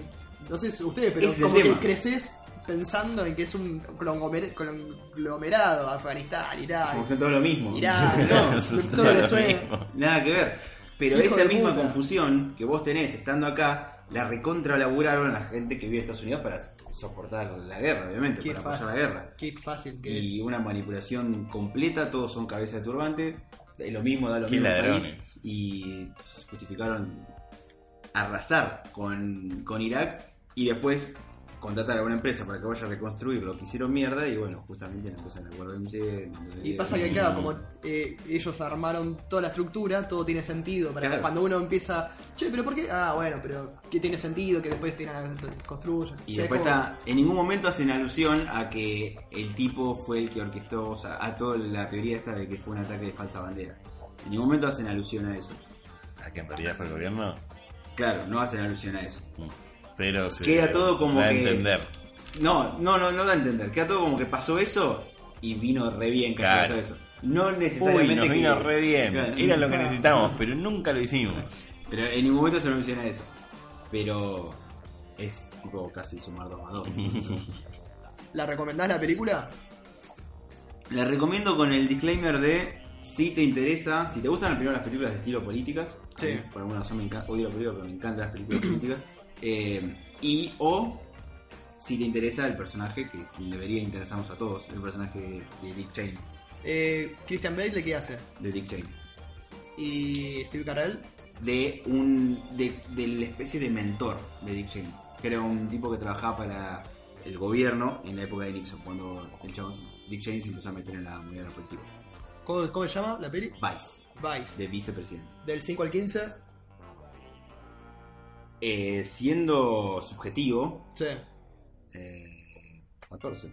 S1: No sé si ustedes, pero
S3: Ese es el
S1: como que
S3: tema.
S1: creces pensando en que es un conglomer- conglomerado, Afganistán,
S3: Como
S1: Irak,
S3: son todos lo mismo.
S1: Irak,
S2: Eso
S1: no,
S2: es
S1: todo
S2: todo
S1: le
S2: lo
S1: suena.
S2: mismo.
S3: Nada que ver. Pero
S1: Hijo
S3: esa
S1: de
S3: misma
S1: puta.
S3: confusión que vos tenés estando acá, la recontra laburaron la gente que vive en Estados Unidos para soportar la guerra, obviamente,
S1: Qué
S3: para apoyar la guerra.
S1: fácil, qué fácil que
S3: Y
S1: es.
S3: una manipulación completa, todos son cabeza de turbante, eh, lo mismo da lo
S2: Qué
S3: mismo
S2: ladrones.
S3: país, y justificaron arrasar con, con Irak y después contratar a una empresa para que vaya a reconstruir lo que hicieron mierda y bueno, justamente la cosa en la cual
S1: Y pasa que
S2: acá,
S1: claro, como eh, ellos armaron toda la estructura, todo tiene sentido. Para
S3: Claro.
S1: cuando uno empieza, che, pero ¿por qué? Ah, bueno, pero que tiene sentido que después tengan, construyan.
S3: Y
S1: O sea,
S3: después
S1: es como-
S3: está, en ningún momento hacen alusión a que el tipo fue el que orquestó, o sea, a toda la teoría esta de que fue un ataque de falsa bandera. En ningún momento hacen alusión a eso.
S2: Ah, que en realidad fue el gobierno.
S3: Claro, no hacen alusión a eso.
S2: Pero se
S3: Queda todo como
S2: da a
S3: que-
S2: entender.
S3: No, no, no, no da a entender. Queda todo como que pasó eso y vino re bien que haya
S2: Claro.
S3: pasado eso. No necesariamente
S2: Uy, nos
S3: que-
S2: vino re bien.
S3: Claro. Ah.
S2: Era lo que necesitábamos, pero nunca lo hicimos.
S3: Pero en ningún momento se menciona eso. Pero es tipo casi sumar dos más dos.
S1: ¿La recomendás la película?
S3: La recomiendo con el disclaimer de si te interesa, si te gustan primero las películas de estilo políticas, a
S1: Sí.
S3: mí, por alguna razón me encanta, odio la película, pero me encantan las películas políticas, eh, y o si te interesa el personaje que debería interesarnos a todos, el personaje de Dick Cheney,
S1: Eh, Christian Bale, ¿qué hace?
S3: de Dick Cheney,
S1: ¿Y Steve Carell?
S3: de un de, de la especie de mentor de Dick Cheney, que era un tipo que trabajaba para el gobierno en la época de Nixon, cuando el chabón Dick Cheney se empezó a meter en la movida de la política.
S1: ¿Cómo, cómo se llama la peli?
S3: Vice,
S1: Vice.
S3: de vicepresidente.
S1: Del 5 al 15.
S3: Eh, siendo subjetivo,
S1: Sí.
S3: eh, 14.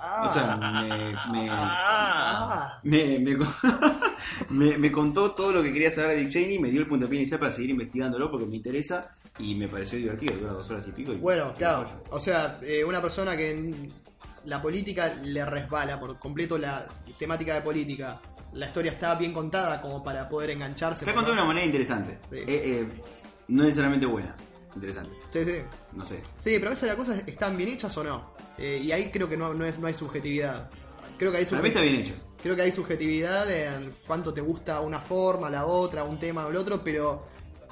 S1: Ah,
S3: O Ah, sea,
S1: ah,
S3: me, me, me, me- me contó todo lo que quería saber de Dick Cheney, me dio el puntapié inicial para seguir investigándolo porque me interesa y me pareció divertido. Dura dos horas y pico. y-
S1: Bueno,
S3: y
S1: claro.
S3: apoyo.
S1: O sea, eh, una persona que en la política le resbala por completo la temática de política. La historia está bien contada como para poder engancharse.
S3: Está contado de una manera interesante.
S1: Sí.
S3: Eh, eh, no necesariamente buena, interesante.
S1: Sí, sí.
S3: No sé.
S1: Sí, pero a veces las cosas están bien hechas o no. Eh, y ahí creo que no, no, es, no hay subjetividad. Creo que hay
S3: Para mí está
S1: subjetividad.
S3: bien hecho.
S1: Creo que hay subjetividad en cuánto te gusta una forma, la otra, un tema o el otro, pero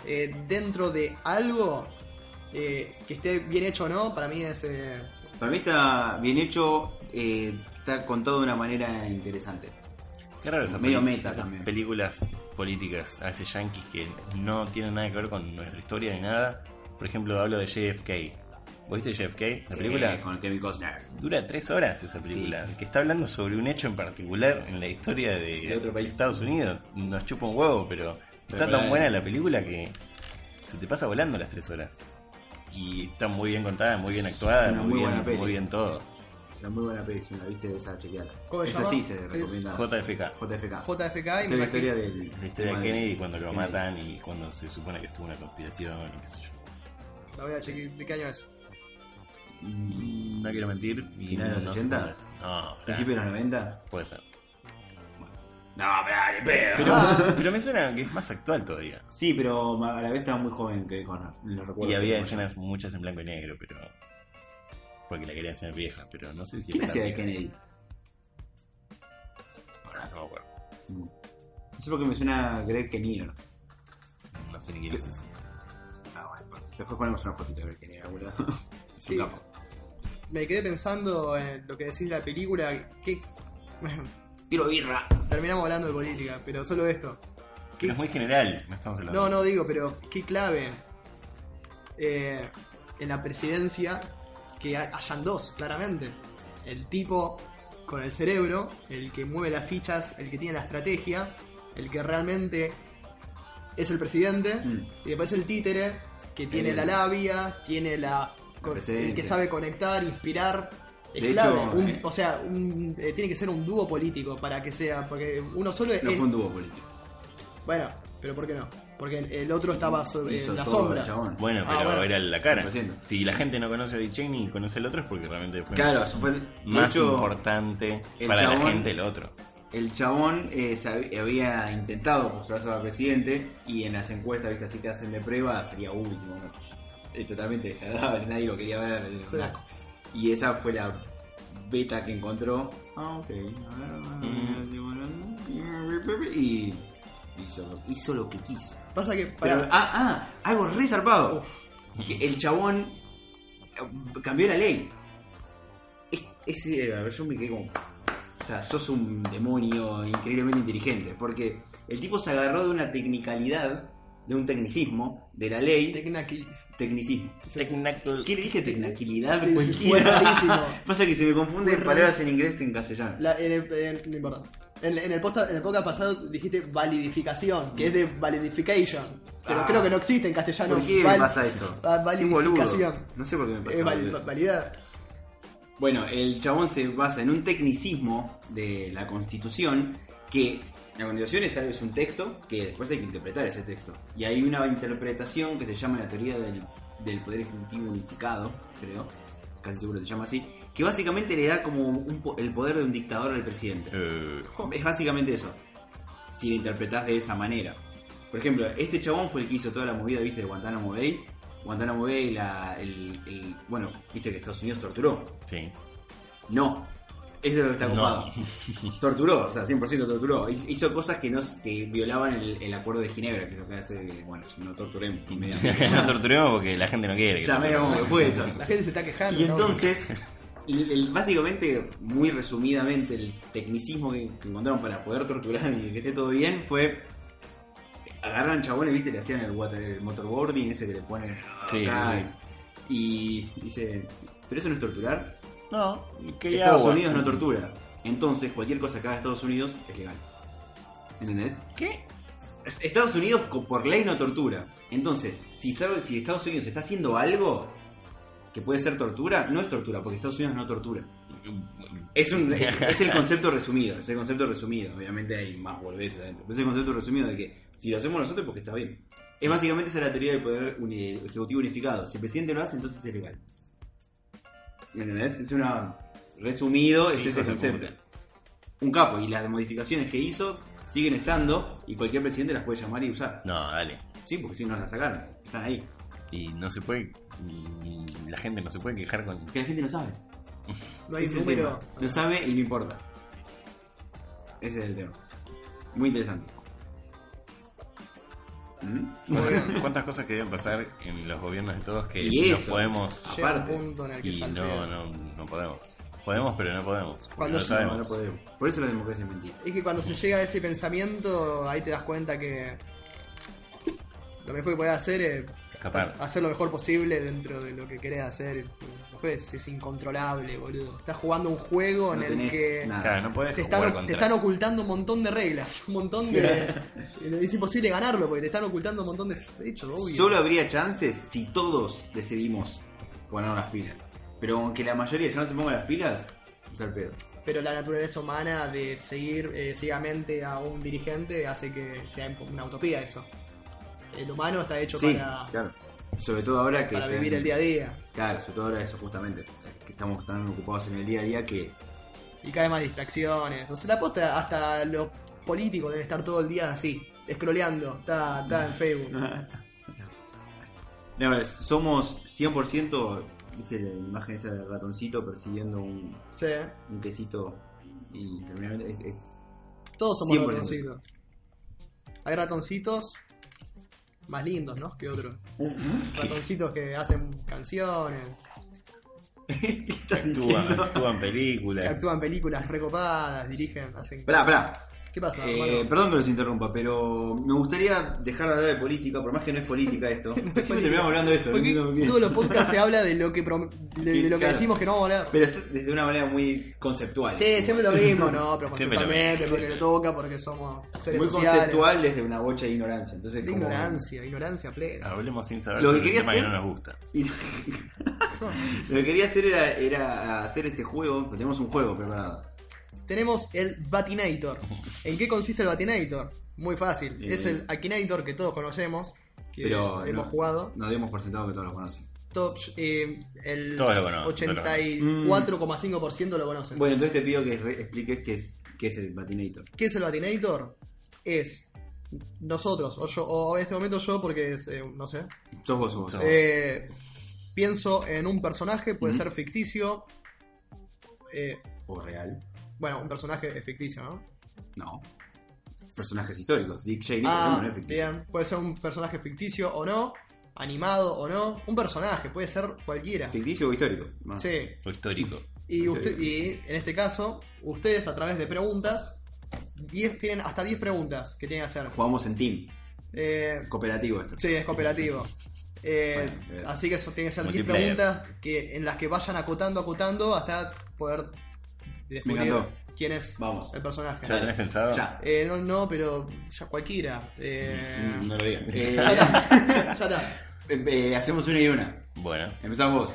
S1: eh, dentro de algo eh, que esté bien hecho o no, para mí es. eh,
S3: Para mí está bien hecho, eh, está contado de una manera interesante.
S2: Qué raro esas
S3: Medio
S2: peli-
S3: meta
S2: esas
S3: también.
S2: películas políticas a veces yankees que no tienen nada que ver con nuestra historia ni nada. Por ejemplo, hablo de JFK. ¿Vos viste JFK? La película
S3: Eh, con Kevin Costner.
S2: dura tres horas esa película, que está hablando sobre un hecho en particular en la historia de,
S3: De otro país.
S2: Estados Unidos. Nos chupa un huevo, pero
S3: Pero
S2: está tan
S3: para-
S2: buena la película que se te pasa volando las tres horas. Y está muy bien contada, muy bien actuada,
S3: Es una
S2: muy,
S3: muy buena
S2: bien,
S3: peli.
S2: muy bien todo.
S3: Una muy buena peli, si no la viste, esa chequeala.
S1: ¿Cómo se
S3: Esa
S1: llama?
S3: sí se
S1: Es
S3: recomienda.
S2: JFK.
S3: JFK.
S1: JFK y
S3: Esta es
S1: me
S3: la historia
S1: imagino-
S3: del.
S2: La historia de
S3: madre.
S2: Kennedy y cuando lo
S3: Kennedy.
S2: matan y cuando se supone que estuvo una conspiración y qué sé yo.
S1: La voy a chequear de qué año es.
S3: Mm,
S2: No quiero mentir. y
S3: ¿Final de los
S2: no sé
S3: 80?
S2: cuándo es. No,
S3: ¿Principio de los 90?
S2: puede ser.
S3: Eh. No, pero ni pedo.
S2: Pero, pero me suena que es más actual todavía.
S3: Sí, pero a la vez estaba muy joven que Connor. Lo recuerdo.
S2: Y había
S3: Como
S2: escenas muchas en blanco y negro, pero. Porque la querían hacer vieja, pero no sé
S3: yo.
S2: si.
S3: ¿Quién
S2: era
S3: hacía de
S2: vieja.
S3: Kennedy?
S2: Ah, No, me acuerdo.
S3: Mm. No sé por qué me suena Greg Kinnear.
S2: no sé ni quién es ese.
S3: Ah, bueno, pa- después ponemos una fotito de Greg Kinnear, boludo. Es
S1: Sí.
S3: un capo.
S1: Me quedé pensando en lo que decís de la película. Que...
S3: Tiro birra.
S1: Terminamos hablando de política, pero solo esto.
S2: Pero es muy general, no estamos hablando.
S1: No, no digo, pero qué clave eh, en la presidencia que ha- hayan dos, claramente. El tipo con el cerebro, el que mueve las fichas, el que tiene la estrategia, el que realmente es el presidente,
S3: Mm.
S1: y después el títere, que tiene
S3: El-
S1: la labia, tiene la... con- el que
S3: Eh. presencia.
S1: sabe conectar, inspirar. Es
S3: De
S1: clave.
S3: hecho,
S1: Un-
S3: eh,
S1: o sea, un- eh, tiene que ser un dúo político para que sea, porque uno solo es...
S3: No fue un dúo político.
S1: Bueno, pero ¿por qué no? Porque el- el otro estaba so-
S3: Hizo
S1: en la
S3: todo el
S1: sombra.
S3: chabón.
S2: Bueno,
S1: Ah,
S2: pero
S1: bueno.
S2: era la cara.
S3: 100%.
S2: Si la gente no conoce a Dick Cheney y conoce al otro es porque realmente fue
S3: Claro, eso fue. de
S2: más
S3: hecho,
S2: importante
S3: el
S2: para la
S3: chabón-
S2: gente el otro.
S3: El chabón eh, sab- había intentado postularse para presidente y en las encuestas, viste, así que hacen de prueba, sería último. ¿no? eh, totalmente desagradable, nadie lo quería ver. era un
S1: Sí.
S3: asco. Y esa fue la beta que encontró. Ah, ok. a ver,
S2: Mm.
S3: a ver, Y hizo lo, hizo lo que quiso.
S1: Pasa que
S3: Pero,
S1: para.
S3: ah, ah, algo re zarpado. Que el chabón eh, cambió la ley. Es, es, eh, a ver, yo me quedé como. O sea, sos un demonio increíblemente inteligente. Porque el tipo se agarró de una tecnicalidad, de un tecnicismo, de la ley. Tecnicismo. ¿Qué le dije? Tecnicalidad
S1: malísimo.
S3: cualquiera. Pasa que se me confunden
S1: Fue
S3: palabras
S1: re-
S3: en inglés y en castellano.
S1: La- en el, en- no importa. En, en el posta- en el podcast pasado dijiste validificación, que es de validification. Pero
S3: Ah.
S1: creo que no existe en castellano.
S3: ¿Por qué me
S1: Val-
S3: pasa eso?
S1: va-
S3: Soy un boludo.
S1: validificación.
S3: No sé por qué me pasa
S1: Eh, val-
S3: boludo.
S1: validar.
S3: Bueno, el chabón se basa en un tecnicismo de la Constitución que la Constitución es, algo- es un texto que después hay que interpretar ese texto. Y hay una interpretación que se llama la teoría del, del Poder Ejecutivo Unificado, creo, casi seguro se llama así, que básicamente le da como un po- el poder de un dictador al presidente.
S2: Eh,
S3: Es básicamente eso. Si lo interpretás de esa manera. Por ejemplo, este chabón fue el que hizo toda la movida, viste, de Guantánamo Bay. Guantánamo Bay, la, el, el- bueno, viste que Estados Unidos torturó.
S2: sí.
S3: No. Eso es lo que está
S2: No.
S3: copado. Torturó, o sea, 100% torturó. Hiz- Hizo cosas que no que violaban el, el acuerdo de Ginebra, que es lo que hace, bueno, no torturemos. inmediatamente.
S2: no torturemos porque la gente no quiere. que
S3: ya medio como que fue eso.
S1: La gente se está quejando.
S3: Y
S1: ¿no?
S3: entonces, el- el- básicamente, muy resumidamente, el tecnicismo que, que encontraron para poder torturar y que esté todo bien fue. Agarran chabones, viste, le hacían el, water, el motorboarding, ese que le ponen.
S2: Sí,
S3: acá,
S2: sí,
S3: Y dicen, ¿pero eso no es torturar?
S2: No, que
S3: Estados
S2: agua.
S3: Unidos no tortura. Entonces, cualquier cosa que haga Estados Unidos es legal. ¿Entendés?
S2: ¿Qué?
S3: Es- Estados Unidos co- por ley no tortura. Entonces, si, Estados- si Estados Unidos está haciendo algo que puede ser tortura, no es tortura, porque Estados Unidos no tortura. Es, un, es, es el concepto resumido, es el concepto resumido. Obviamente hay más boludeces adentro. Pero es el concepto resumido de que si lo hacemos nosotros, porque está bien.
S2: Mm.
S3: Es básicamente esa la teoría del poder uni- ejecutivo unificado. Si el presidente lo hace, entonces es legal. ¿Me entendés? Es una. Resumido, es
S2: Hijo
S3: ese
S2: de
S3: concepto.
S2: puta.
S3: Un capo. Y las modificaciones que hizo siguen estando y cualquier presidente las puede llamar y usar.
S2: No, dale.
S3: Sí, porque si no las sacaron, están ahí.
S2: Y no se puede. y La gente no se puede quejar con.
S3: Porque la gente no sabe.
S1: no hay
S3: Ese es el
S1: número.
S3: tema. No sabe y no importa. Ese es el tema. Muy interesante. ¿Mm?
S2: ¿Cuántas cosas que deben pasar en los gobiernos de todos que
S3: Y
S2: no
S3: eso.
S2: podemos
S1: Llega
S3: aparte.
S1: un punto en el que
S2: y
S1: saltea.
S2: no, no, no podemos? Podemos, pero no podemos. porque
S1: Cuando
S2: no
S1: sí,
S3: No, no
S2: sabemos.
S3: podemos. Por eso la democracia es mentira.
S1: Es que cuando se llega a ese pensamiento, ahí te das cuenta que lo mejor que puedes hacer es
S2: Escapar.
S1: hacer lo mejor posible dentro de lo que querés hacer. Después es incontrolable, boludo. Estás jugando un juego en
S3: No
S1: el
S3: tenés
S1: que
S3: nada.
S2: Claro, no puedes
S1: te
S2: jugar
S1: están,
S2: contra.
S1: te están ocultando un montón de reglas, un montón de... es imposible ganarlo porque te están ocultando un montón de hechos, obvio.
S3: Solo habría chances si todos decidimos ponernos las pilas. Pero aunque la mayoría ya no se ponga las pilas, es al pedo.
S1: Pero la naturaleza humana de seguir eh, ciegamente a un dirigente hace que sea una utopía eso. El humano está hecho
S3: Sí,
S1: para,
S3: claro. Sobre todo ahora que.
S1: para
S3: están-
S1: vivir el día a día.
S3: Claro, sobre todo ahora eso, justamente. Que estamos tan ocupados en el día a día que.
S1: Y cada vez más distracciones. Entonces la posta hasta los políticos deben estar todo el día así, scrolleando, está, está en Facebook.
S3: No, es- somos 100%. ¿Viste la imagen esa del ratoncito persiguiendo un,
S1: Sí,
S3: un quesito? Y terminalmente es, es-
S1: todos somos
S3: 100%.
S1: ratoncitos. Hay ratoncitos más lindos, ¿no? Que otros. Ratoncitos que hacen canciones,
S3: ¿Qué estás
S2: Actúan,
S3: diciendo?
S2: actúan películas.
S1: actúan películas recopadas, dirigen, hacen...
S3: Pará, pará.
S1: ¿Qué pasa?
S3: Eh,
S1: hermano?
S3: perdón que los interrumpa, pero me gustaría dejar de hablar de política, por más que no es política esto. Siempre terminamos hablando de esto.
S1: Porque
S3: no entiendo por
S1: todos
S3: qué.
S1: los podcasts se habla de lo que, prom- de, de lo que
S3: Claro.
S1: decimos que no vamos a hablar.
S3: Pero es desde una manera muy conceptual.
S1: Sí, siempre lo mismo, ¿no? Pero
S2: Siempre lo
S1: conceptualmente, porque le toca, porque somos seres
S3: Muy
S1: sociales.
S3: conceptual desde una bocha de ignorancia. Entonces,
S1: De
S3: como-
S1: ignorancia, ignorancia plena.
S2: Hablemos sin saber
S3: Lo que
S2: sobre
S3: quería
S2: un tema
S3: hacer-
S2: que no nos gusta.
S3: Y- lo que quería hacer era, era hacer ese juego. porque Tenemos un juego preparado.
S1: Tenemos el Batinator. ¿En qué consiste el Batinator? Muy fácil.
S3: Eh.
S1: Es el Akinator que todos conocemos, que
S3: Pero
S1: hemos
S3: no.
S1: jugado.
S3: Nos dimos por sentado que todos lo conocen.
S1: Top, eh, el
S2: Todos lo conocen,
S1: 84,5% lo conocen.
S3: Bueno, entonces te pido que re- expliques qué es, qué es el Patinator.
S1: ¿Qué es el Batinator? Es nosotros, o yo, o en este momento yo, porque es, eh, no sé,
S3: Sos vos, sos vos. sos vos.
S1: eh, pienso en un personaje, puede
S3: Ujú.
S1: ser ficticio. eh,
S3: O real.
S1: bueno, un personaje es ficticio, ¿no?
S3: No. Personajes históricos. Dick Cheney, por
S1: Ah,
S3: ejemplo, no es ficticio.
S1: bien. Puede ser un personaje ficticio o no, animado o no. Un personaje, puede ser cualquiera.
S3: Ficticio o histórico. No.
S1: Sí.
S2: O histórico.
S1: Y, usted- y en este caso, ustedes a través de preguntas, 10 tienen hasta 10 preguntas que tienen que hacer.
S3: Jugamos en team.
S1: Eh,
S3: Cooperativo esto.
S1: sí, es cooperativo. Eh,
S3: Bueno, está bien.
S1: así que eso tiene que ser 10
S2: Multiplayer.
S1: preguntas que, en las que vayan acotando, acotando hasta poder descubrir
S3: encantó.
S1: quién es
S3: Vamos.
S1: el personaje.
S2: ¿Ya lo tenés pensado?
S3: Ya.
S1: Eh, no, no, pero ya cualquiera. Eh,
S3: No lo digas. Eh,
S1: ya está, ya está.
S3: eh, hacemos una y una.
S2: Bueno.
S3: Empezamos.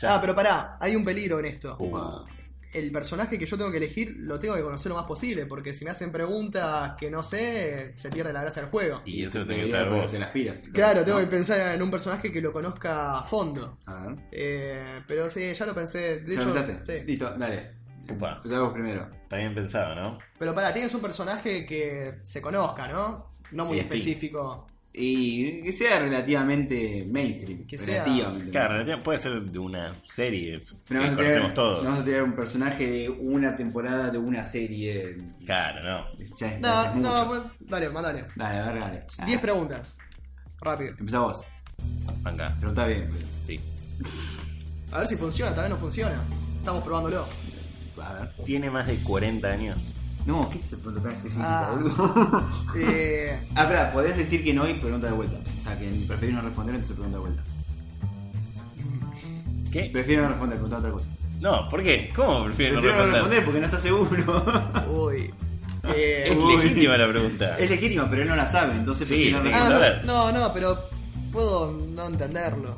S2: Ya.
S1: Ah, pero pará, hay un peligro en esto.
S3: Ah,
S1: el personaje que yo tengo que elegir lo tengo que conocer lo más posible, porque si me hacen preguntas que no sé, se pierde la gracia del juego.
S2: Y eso lo tenés que
S3: eh,
S2: saber vos.
S3: Te las piras.
S1: Claro, tengo
S3: No.
S1: que pensar en un personaje que lo conozca a fondo.
S3: A ver.
S1: Eh, pero sí, ya lo pensé. De
S3: ¿Ya
S1: hecho,
S3: empezaste?
S1: sí.
S3: Listo, dale.
S2: Upa.
S3: Empezá vos primero.
S2: Está bien pensado, ¿no?
S1: Pero pará, tienes un personaje que se conozca, ¿no? No muy
S2: Eh, sí.
S1: específico.
S3: Y que sea relativamente mainstream.
S1: Que sea-
S3: relativamente.
S2: Claro, en realidad puede ser de una serie es- que
S3: Pero vamos a tirar-
S2: conocemos todos.
S3: Vamos a tirar un personaje de una temporada de una serie.
S2: Claro, no.
S3: Ya es, ya
S1: No, pues
S3: es mucho.
S1: no, bueno, dale, mandale.
S3: Dale, a ver, dale.
S1: 10
S3: Ah,
S1: preguntas. Rápido.
S3: Empezá vos.
S2: Acá,
S3: Preguntá bien.
S2: sí.
S1: A ver si funciona, tal vez no funciona. Estamos probándolo.
S3: A ver.
S2: Tiene más de 40 años.
S3: No, ¿qué es el pregunta tan específica,
S1: Ah.
S3: boludo?
S1: Eh,
S3: Ah, espera, podrías decir que no y pregunta de vuelta. O sea, que preferís no responder, entonces pregunta de vuelta.
S2: ¿Qué?
S3: Prefiero no responder, pregunta otra cosa.
S2: No, ¿por qué? ¿Cómo prefiero no
S3: Prefiero
S2: responder?
S3: no responder porque no estás seguro.
S1: uy. Eh,
S2: Es
S3: Uy.
S2: legítima la pregunta.
S3: es legítima, pero él no la sabe, entonces
S2: Sí,
S3: prefiero no
S2: tiene que
S3: responder.
S1: Ah,
S2: saber.
S1: no, no, no, pero puedo no entenderlo.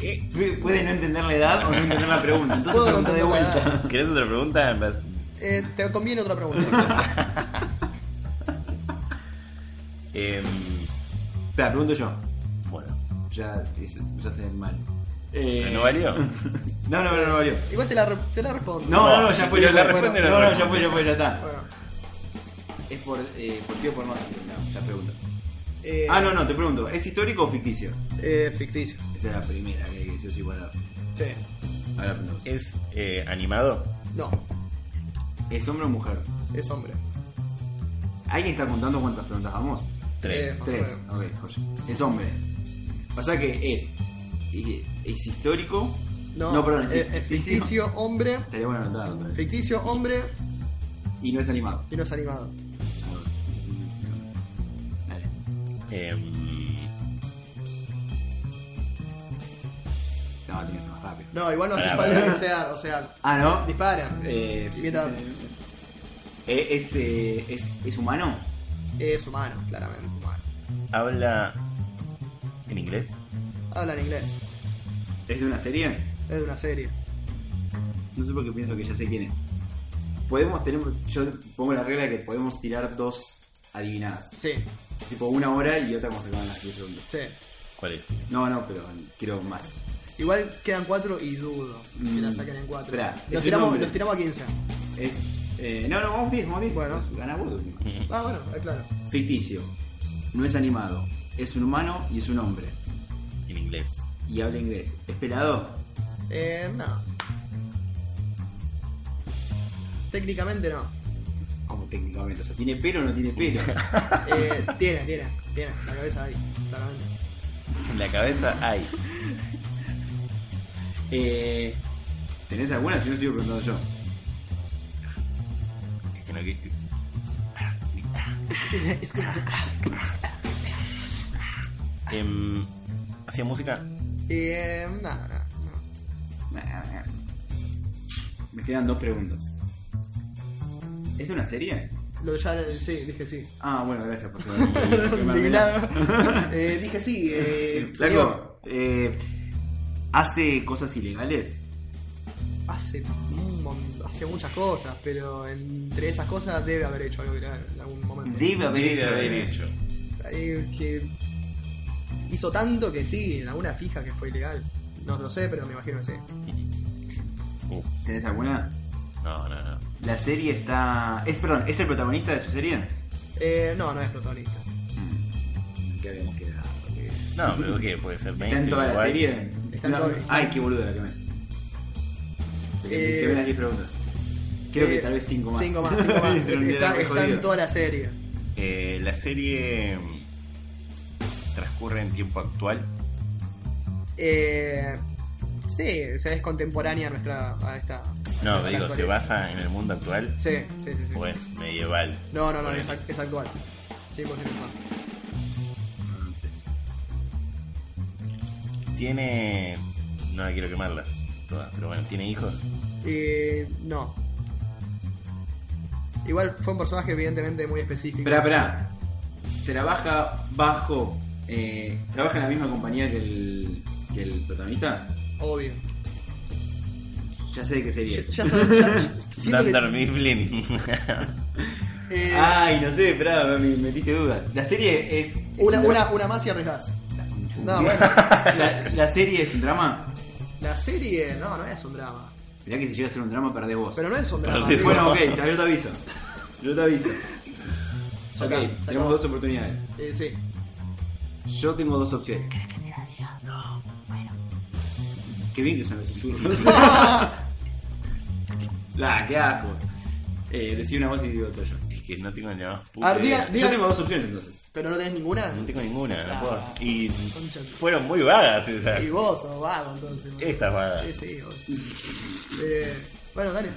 S2: ¿Qué?
S3: Pu- Puede no entender la edad o no entender la pregunta, entonces
S1: Puedo
S3: pregunta de
S1: entender la
S3: vuelta.
S2: ¿Querés otra pregunta? En vez-
S1: Eh, te conviene otra pregunta.
S2: Em,
S3: Espera, pregunto yo.
S2: bueno,
S3: Ya, ya te mal. Eh,
S2: ¿pero ¿no valió?
S3: No, no, no, no valió.
S1: Igual te la, re- te la respondo.
S3: No, no, no, ya fue, ya
S2: Pero
S3: fue.
S2: la responde,
S3: no,
S2: la
S3: no,
S2: responde.
S3: ya fue, ya fue, ya está.
S1: Bueno,
S3: Es por, eh, por sí o por no, no, ya pregunto.
S1: eh,
S3: Ah, no, no, te pregunto, ¿es histórico o ficticio?
S1: Eh, ficticio.
S3: Esa es la primera que hay que decir sí o no.
S1: Sí.
S3: Ahora pregunto.
S2: ¿Es eh, animado?
S1: No,
S3: ¿Es hombre o mujer?
S1: es hombre.
S3: ¿Alguien está contando cuántas preguntas vamos?
S2: Tres.
S1: Más o
S3: Tres. Ok, joya. Es hombre. O sea que es. ¿Es, es histórico?
S1: No,
S3: perdón, es,
S1: eh, es ficticio, hombre.
S3: Estaría bueno anotarlo otra vez.
S1: Ficticio, hombre
S3: Y no es animado.
S1: y no es animado.
S3: Dale.
S2: Em,
S3: No, tiene que ser más rápido.
S1: No, igual no hace
S2: Pará,
S1: falta
S2: pará.
S1: que sea, o sea,
S3: Ah, ¿no?
S1: disparan.
S3: Eh,
S1: Y mientras-
S3: eh, ¿Es, eh, es, ¿Es humano?
S1: es humano, claramente, humano.
S2: ¿Habla en inglés?
S1: Habla en inglés,
S3: ¿Es de una serie?
S1: es de una serie.
S3: No sé por qué pienso que ya sé quién es. Podemos tener. Yo pongo la regla de que podemos tirar dos adivinadas.
S1: Sí,
S3: Tipo una hora y otra como se acaban las 10 segundos.
S1: sí.
S2: ¿Cuál es?
S3: No, no, pero quiero más.
S1: Igual quedan cuatro y dudo que la
S3: Mm.
S1: saquen en cuatro.
S3: Esperá, es
S1: los,
S3: un
S1: tiramos,
S3: hombre.
S1: los tiramos a 15.
S3: Es. Eh, no, no, vamos bien, vamos bien.
S1: Bueno.
S3: gana vos. de última.
S1: Ah, bueno, eh, claro.
S3: Ficticio. No es animado. Es un humano y es un hombre.
S2: En inglés.
S3: Y habla inglés. ¿Es pelado?
S1: Eh, no. Técnicamente no.
S3: Como técnicamente. O sea, ¿tiene pelo o no tiene pelo?
S1: Eh, tiene, tiene, tiene. La cabeza ahí, claramente.
S2: En la cabeza hay.
S3: eh, ¿Tenés alguna? Si no, sigo preguntando yo.
S2: Es que no que- Em, ¿Hacía música?
S1: Eh, no, no, no.
S3: Me quedan dos preguntas. ¿Es de una serie?
S1: Lo ya, sí, dije sí.
S3: Ah, bueno, gracias por
S1: Indignado. eh, dije sí, eh, señor.
S3: Flaco, eh, ¿hace cosas ilegales?
S1: Hace, un mon- hace muchas cosas, pero entre esas cosas debe haber hecho algo ilegal en algún momento.
S3: Debe haber hecho.
S1: Eh, que hizo tanto que sí, en alguna fija que fue ilegal. No lo sé, pero me imagino que sí.
S2: Uf,
S3: ¿Tenés alguna?
S2: no, no, no.
S3: La serie está. Es, perdón, ¿es el protagonista de su serie?
S1: Eh, no, no es protagonista.
S3: Mm. ¿Qué habíamos quedado? Que-
S2: No, pero ¿qué? Puede ser
S3: Está en
S2: mainstream.
S3: toda la
S2: igual.
S3: serie.
S1: Está en
S3: No,
S1: todo-
S3: Ay, qué boludo la que me. Que
S1: Eh,
S3: me las 10 preguntas. Creo que
S1: Eh,
S3: tal vez 5 más.
S1: Cinco más, cinco más.
S3: Se lo olvidé,
S1: está
S3: re
S1: está
S3: jodido.
S1: en toda la serie.
S2: Eh, la serie mm, transcurre en tiempo actual.
S1: Eh, sí, o sea, es contemporánea a nuestra. a esta.
S2: No,
S1: a esta
S2: digo, se
S1: actualidad.
S2: basa en el mundo actual
S1: Sí, sí, sí. sí.
S2: o es medieval.
S1: No, no, no,
S2: Bueno.
S1: es, ac- es actual. Sí, pues, sí, pues,
S3: No sé.
S2: Tiene. No la quiero quemarlas todas, pero bueno, tiene hijos.
S1: Eh, no. Igual fue un personaje evidentemente muy específico.
S3: Esperá, esperá. Trabaja bajo. Eh, ¿Trabaja en la misma compañía que el, que el protagonista?
S1: Obvio.
S3: Ya sé de qué serie
S1: Ya,
S3: es.
S1: ya sabes, ya- ya- siento que-
S2: Dunder Mifflin.
S1: eh,
S3: Ay, no sé, esperá, me metiste dudas. La serie es. es
S1: una,
S3: un dra-
S1: una, una más y arriesgás.
S3: La, concha.
S1: No, bueno.
S3: La- la serie es un drama.
S1: La serie, no, no es un drama.
S3: Mirá que si llega a ser un drama, perdés vos.
S1: Pero no es un drama.
S2: Perdí.
S1: digo.
S3: Bueno, ok, yo te aviso. Yo te aviso.
S1: Ya
S3: Ok,
S1: está, se acabó.
S3: tenemos dos oportunidades.
S1: Eh, sí.
S3: Yo tengo dos opciones. ¿Querés que te la diga? No, bueno. Qué bien que son los susurros. La, qué asco. Eh, decí una voz y digo otra yo.
S2: es que no tengo ni la más puta
S1: Ardía,
S2: idea.
S3: Yo
S1: diga-
S3: tengo dos opciones entonces.
S1: pero no tenés ninguna.
S2: No tengo ninguna, no puedo. Y
S1: Concha.
S2: fueron muy vagas esas.
S1: Y vos sos vago entonces.
S2: Estas vagas.
S1: Sí, sí, obvio. Eh, bueno, dale.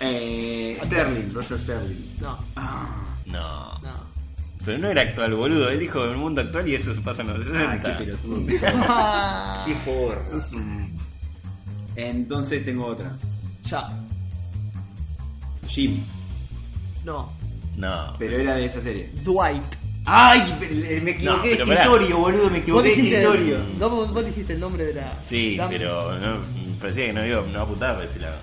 S3: Eh, Sterling, Roger Sterling.
S1: No,
S3: Ah,
S2: No.
S1: no.
S2: Pero no era actual, boludo. Él dijo el mundo actual y eso se pasa en los
S3: ay,
S2: 60.
S3: Ah, qué pelotudo.
S1: Ah,
S3: por Entonces tengo otra.
S1: ya.
S3: Jim.
S1: No.
S2: no.
S3: Pero era de esa serie.
S1: Dwight.
S3: ¡Ay! Me equivoqué
S2: No,
S3: de
S2: pero pará.
S3: escritorio, boludo. Me
S1: Vos
S3: equivoqué de
S1: dijiste,
S3: escritorio.
S1: no, vos, vos dijiste el nombre de la.
S2: Sí,
S1: la-
S2: pero no, mm, parecía que no iba no apuntaba para ese lado.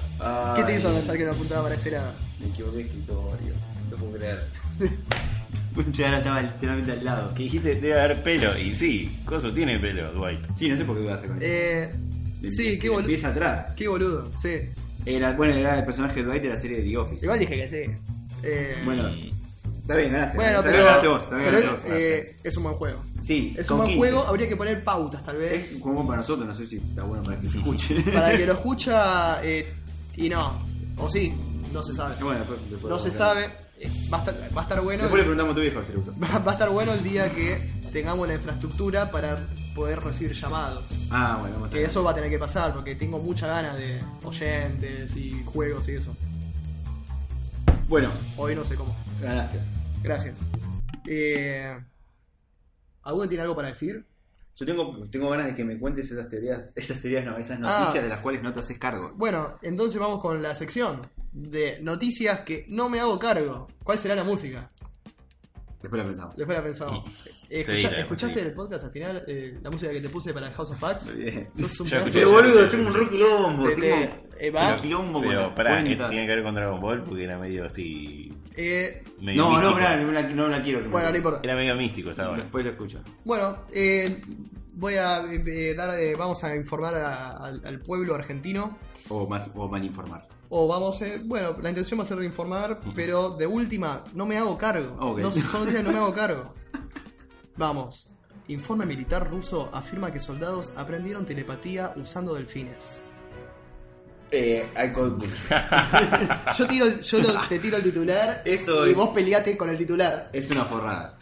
S1: ¿Qué te hizo
S3: Ay.
S1: pensar que no apuntaba para ese lado?
S3: Me equivoqué de escritorio. No puedo creer. Puncha ahora estaba literalmente al lado.
S2: Que dijiste, debe haber pelo. Y sí, Coso tiene pelo, Dwight.
S3: Sí, no sé por qué dudaste con eso.
S1: Eh, sí, qué boludo.
S3: Em, Empieza atrás.
S1: Qué boludo, sí.
S3: Era, bueno, era el personaje de Dwight de la serie The Office.
S1: Igual dije que sí. Eh,
S3: Bueno, está bien, ganaste.
S1: bueno,
S3: También
S1: pero,
S3: ganaste vos, también
S1: pero
S3: ganaste
S1: es,
S3: vos.
S1: eh, es un buen juego.
S3: sí,
S1: Es
S3: con
S1: un buen
S3: 15.
S1: juego, habría que poner pautas tal vez.
S3: Es como para nosotros, no sé si está bueno para que se escuche.
S1: Para el que lo escucha eh, y no, o sí, no se sabe.
S3: bueno, después, después
S1: No se sabe, eh, va a estar, va a estar bueno.
S3: Después le preguntamos a tu viejo si le gustó.
S1: Va, va a estar bueno el día que tengamos la infraestructura para poder recibir llamados.
S3: Ah, bueno, vamos a
S1: Que eso va a tener que pasar, porque tengo muchas ganas de oyentes y juegos y eso.
S3: Bueno,
S1: Hoy no sé cómo.
S3: ganaste.
S1: Gracias. Eh, ¿Alguno tiene algo para decir?
S3: Yo tengo, tengo ganas de que me cuentes esas teorías, esas teorías no, esas
S1: Ah.
S3: noticias de las cuales no te haces cargo.
S1: Bueno, entonces vamos con la sección de noticias que no me hago cargo. ¿Cuál será la música?
S3: Después la pensamos.
S1: Después la pensamos. Eh,
S2: Sí,
S1: escucha-
S2: la
S1: ¿Escuchaste
S2: conseguí.
S1: el podcast al final? eh, la música que te puse para House of Facts.
S3: Bien.
S1: Sos un pedazo
S2: Yo escuché,
S1: de-
S3: Pero
S2: yo
S3: boludo,
S2: escuché,
S3: tengo un
S2: yo
S3: re quilombo,
S1: Te-
S3: tengo
S1: te- eh,
S3: tengo
S1: va.
S3: un quilombo con
S2: Pero
S3: las
S2: pará, eh,
S3: cuentas.
S2: tiene que ver con Dragon Ball porque era medio así.
S1: Eh,
S2: Medio
S3: No, no,
S2: místico.
S3: pará, no, la- no la quiero. que me-
S1: bueno, no importa.
S2: Era medio místico esta hora.
S3: Después lo escucho.
S1: Bueno, eh, voy a eh, dar, eh, vamos a informar a- al, al pueblo argentino.
S3: O, más, o mal informar.
S1: O vamos, eh, bueno, la intención va a ser de informar, pero de última, no me hago cargo.
S2: Ah,
S3: Ok.
S1: No, yo diría, no me hago cargo. Vamos. Informe militar ruso afirma que soldados aprendieron telepatía usando delfines.
S3: Eh, I call
S1: Yo, tiro, yo lo- te tiro el titular
S3: Eso
S1: y
S3: es-
S1: vos peleate con el titular.
S3: Es una forrada.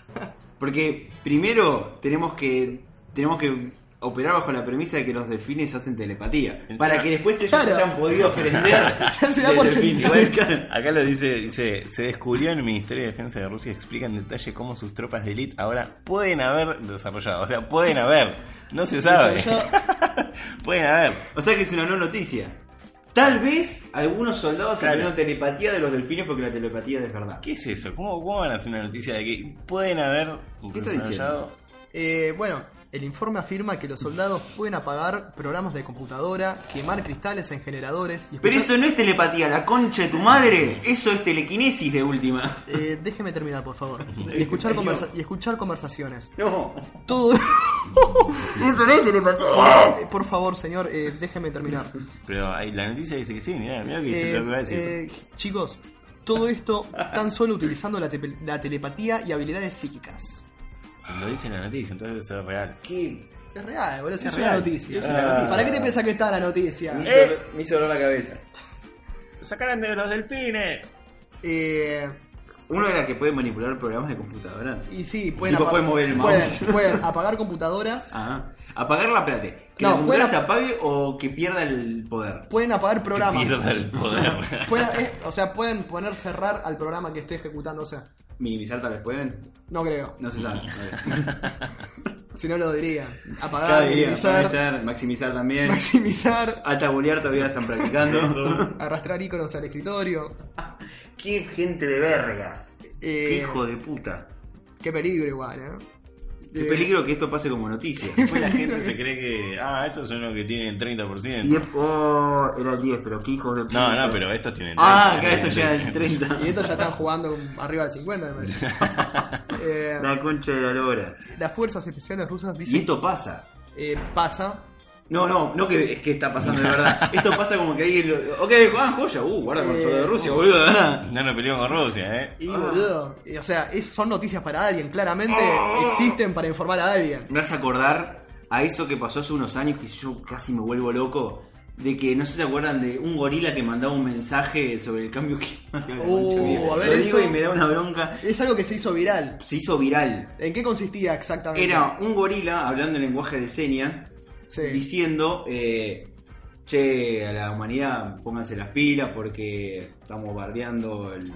S3: Porque primero tenemos que tenemos que operar bajo la premisa de que los delfines hacen telepatía.
S2: Encima-
S3: para que después ellos
S1: Claro.
S3: hayan podido aprender.
S1: Ya se da
S3: de
S1: por
S3: delfines.
S1: sentado.
S3: Igual, claro.
S2: Acá lo dice, dice, se descubrió en el Ministerio de Defensa de Rusia y explica en detalle cómo sus tropas de élite ahora pueden haber desarrollado, o sea, pueden haber, no se sabe, pueden haber.
S3: O sea que es una no noticia. Tal vez algunos soldados
S2: Claro.
S3: aprendieron telepatía de los delfines porque la telepatía es verdad.
S2: ¿Qué es eso? ¿Cómo, cómo van a hacer una noticia de que pueden haber
S3: ¿Qué está diciendo?
S2: desarrollado?
S1: Eh, bueno, el informe afirma que los soldados pueden apagar programas de computadora, quemar cristales en generadores y
S3: Pero
S1: escuchar-
S3: eso no es telepatía, la concha de tu madre. Eso es telequinesis de última.
S1: Eh, déjeme terminar, por favor. Y escuchar, conversa- y escuchar conversaciones.
S3: No.
S1: Todo...
S3: Eso no es telepatía.
S1: Eh, por favor, señor, eh, déjeme terminar.
S2: Pero ahí la noticia dice que sí, mirá, mirá lo que dice
S1: Eh,
S2: lo que va a decir.
S1: eh, chicos, Todo esto tan solo utilizando la, tepe- la telepatía y habilidades psíquicas.
S2: Lo dice en la noticia, entonces es real.
S4: ¿Qué?
S1: Es real, boludo, es,
S2: Es
S1: una
S2: real.
S1: noticia.
S4: Es una noticia.
S1: ¿Para qué te pensás que está la noticia?
S4: Me hizo,
S2: Eh.
S4: me hizo doler la cabeza.
S2: ¡Lo sacaron de los delfines!
S1: Eh,
S3: Uno era que puede manipular programas de computadora.
S1: y sí, pueden,
S3: tipo
S1: apa-
S3: puede mover el
S1: pueden-
S3: mouse.
S1: pueden apagar computadoras,
S3: Ah, apagarla, espérate. Que
S1: No,
S3: la computadora
S1: puede-
S3: se apague o que pierda el poder.
S1: pueden apagar programas.
S2: Pierda el poder.
S1: Pueden- eh, o sea, pueden poner cerrar al programa que esté ejecutándose.
S3: Minimizar tal vez pueden.
S1: No creo.
S3: No se sabe.
S1: Si no lo diría.
S3: Cada
S1: Apagar,
S3: día,
S1: minimizar,
S3: maximizar, maximizar también.
S1: maximizar,
S3: Atabulear todavía están practicando.
S1: arrastrar iconos al escritorio.
S3: Qué gente de verga.
S1: Eh,
S3: Qué hijo de puta.
S1: Qué peligro igual, ¿eh?
S3: Qué
S1: Eh,
S3: peligro que esto pase como noticia.
S2: Después la gente se cree que, ah, estos son los que tienen 30%.
S3: Y es- oh, era 10, pero qué hijo de puta.
S2: No, no, pero estos tienen
S3: Ah, acá
S2: 30.
S3: esto llega al 30.
S1: Y estos ya están jugando arriba del 50, me parece. Eh,
S3: La concha de la lora.
S1: las fuerzas especiales rusas
S3: Y
S1: dicen
S3: esto pasa.
S1: eh, pasa.
S3: No, no, no que es que está pasando de verdad. Esto pasa como que alguien. Lo... Ok, Juan Joya, uh, guarda con el
S1: Eh,
S3: solo de Rusia,
S1: oh.
S3: boludo, de verdad.
S2: No nos peleamos con Rusia, eh.
S1: Y
S3: Ah.
S1: boludo, eh, o sea, es- son noticias para alguien, claramente
S3: Ah.
S1: existen para informar a alguien.
S3: Me vas a acordar a eso que pasó hace unos años que yo casi me vuelvo loco. De que no sé si se acuerdan de un gorila que mandaba un mensaje sobre el cambio climático. La
S1: Uh,
S3: concha de mi vida.
S1: a ver
S3: Lo
S1: eso.
S3: digo y me da una bronca.
S1: Es algo que se hizo viral.
S3: Se hizo viral.
S1: ¿En qué consistía exactamente?
S3: Era un gorila hablando en lenguaje de señas
S1: Sí.
S3: diciendo, eh, che, a la humanidad pónganse las pilas porque estamos bardeando el,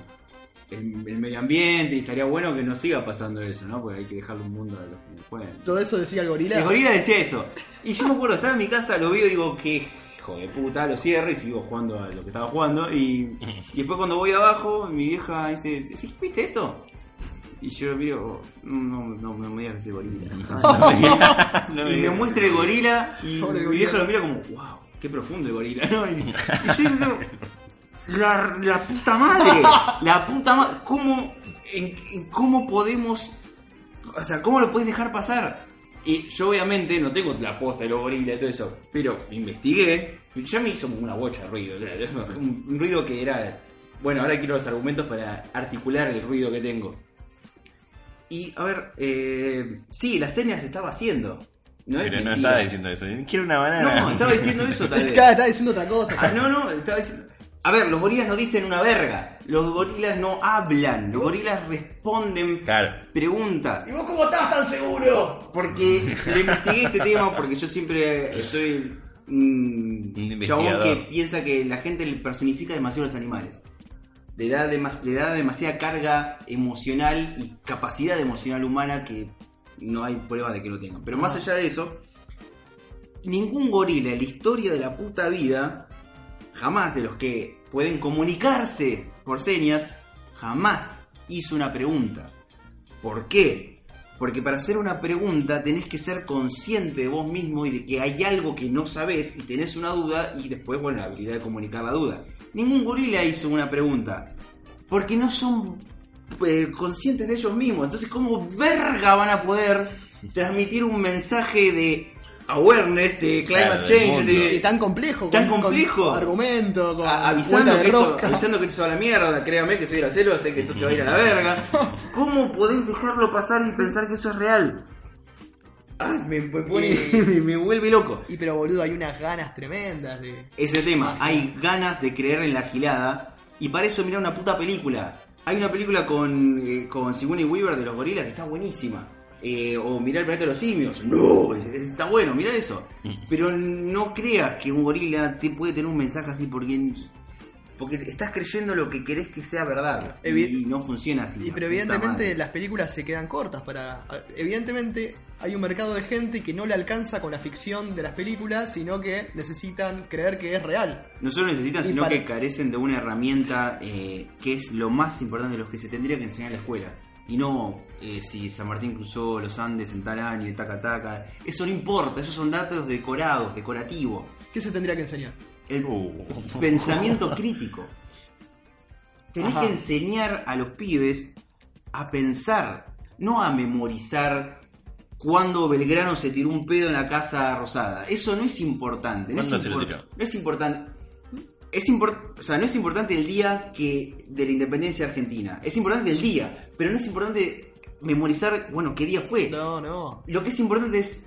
S3: el- el medio ambiente y estaría bueno que no siga pasando eso, ¿no? Porque hay que dejarle un mundo a los que nos pueden.
S1: Todo eso decía el gorila.
S3: El gorila decía eso. Y yo me acuerdo, estaba en mi casa, lo veo y digo, qué hijo de puta, lo cierro y sigo jugando a lo que estaba jugando. Y, y después cuando voy abajo, mi vieja dice, "¿Sí, ¿viste esto? Y yo miro, "Oh, no, no, no me digas que es el gorila.
S2: No
S3: y me
S2: digas.
S3: muestra el gorila y
S1: Pobre
S3: mi
S1: gorila.
S3: vieja lo mira como, wow, qué profundo el gorila, ¿no? Y, y yo digo, la, la puta madre, la puta madre, ¿cómo, en- en- ¿cómo podemos, o sea, cómo lo puedes dejar pasar? Y yo obviamente no tengo la posta de los gorilas y todo eso, pero investigué, y ya me hizo una bocha de ruido, o sea, un, un ruido que era, bueno, ahora quiero los argumentos para articular el ruido que tengo. Y, a ver, eh, sí, la seña se estaba haciendo. No es
S2: Pero no
S3: mentira.
S2: estaba diciendo eso. Quiero una banana.
S3: No, estaba diciendo eso tal vez.
S1: Está, está diciendo otra cosa.
S3: Ah, no, no, estaba diciendo. A ver, los gorilas no dicen una verga. Los gorilas no hablan. Los gorilas responden
S2: Claro.
S3: preguntas.
S1: ¿Y vos cómo estás tan seguro?
S3: Porque le investigué este tema porque yo siempre soy
S2: Un
S3: un chabón que
S2: investigador.
S3: piensa que la gente le personifica demasiado a los animales. Le da, demas- le da demasiada carga emocional y capacidad emocional humana que no hay prueba de que lo tengan. Pero más allá de eso, ningún gorila en la historia de la puta vida, jamás de los que pueden comunicarse por señas, jamás hizo una pregunta. ¿Por qué? Porque para hacer una pregunta tenés que ser consciente de vos mismo y de que hay algo que no sabés y tenés una duda y después, bueno, la habilidad de comunicar la duda. Ningún gorila hizo una pregunta. Porque no son eh, conscientes de ellos mismos. Entonces, ¿cómo verga van a poder transmitir un mensaje de awareness, de climate
S2: Claro, del
S3: change,
S2: mundo.
S3: de,
S1: Y tan complejo.
S3: Tan
S1: con-
S3: complejo.
S1: Con argumento, con
S3: a-
S1: vuelta
S3: avisando,
S1: de
S3: que esto,
S1: rosca.
S3: avisando que esto se va a la mierda, créame que soy de la selva, sé que esto se va a ir a la verga. ¿Cómo podés dejarlo pasar y pensar que eso es real? Ah, me, me pone- me- me vuelve loco.
S1: Y pero boludo, hay unas ganas tremendas de.
S3: Ese tema, hay ganas de creer en la gilada y para eso mirar una puta película. Hay una película con, eh, con Sigourney Weaver de los gorilas que está buenísima. Eh, o mirar el planeta de los simios. No, es- está bueno, mira eso. Pero no creas que un gorila te puede tener un mensaje así porque porque estás creyendo lo que querés que sea verdad.
S1: Evi-
S3: y no funciona así.
S1: Y
S3: la
S1: pero
S3: puta
S1: evidentemente
S3: madre.
S1: las películas se quedan cortas para. Evidentemente hay un mercado de gente que no le alcanza con la ficción de las películas, sino que necesitan creer que es real.
S3: No solo necesitan,
S1: Y
S3: sino
S1: para-
S3: que carecen de una herramienta eh, que es lo más importante de los que se tendría que enseñar en la escuela. Y no eh, si San Martín cruzó los Andes en tal año, taca taca. Eso no importa, esos son datos decorados, decorativos.
S1: ¿Qué se tendría que enseñar?
S3: El
S2: Uh.
S3: pensamiento crítico. Tenés
S1: Ajá.
S3: que enseñar a los pibes a pensar, no a memorizar cuando Belgrano se tiró un pedo en la casa rosada. Eso no es importante. No es,
S2: ¿Cuándo se lo
S3: impor-
S2: tiró?
S3: no es importante. es impor- o sea, no es importante el día que de la independencia argentina. Es importante el día, pero no es importante memorizar, bueno, qué día fue.
S1: No, no.
S3: Lo que es importante es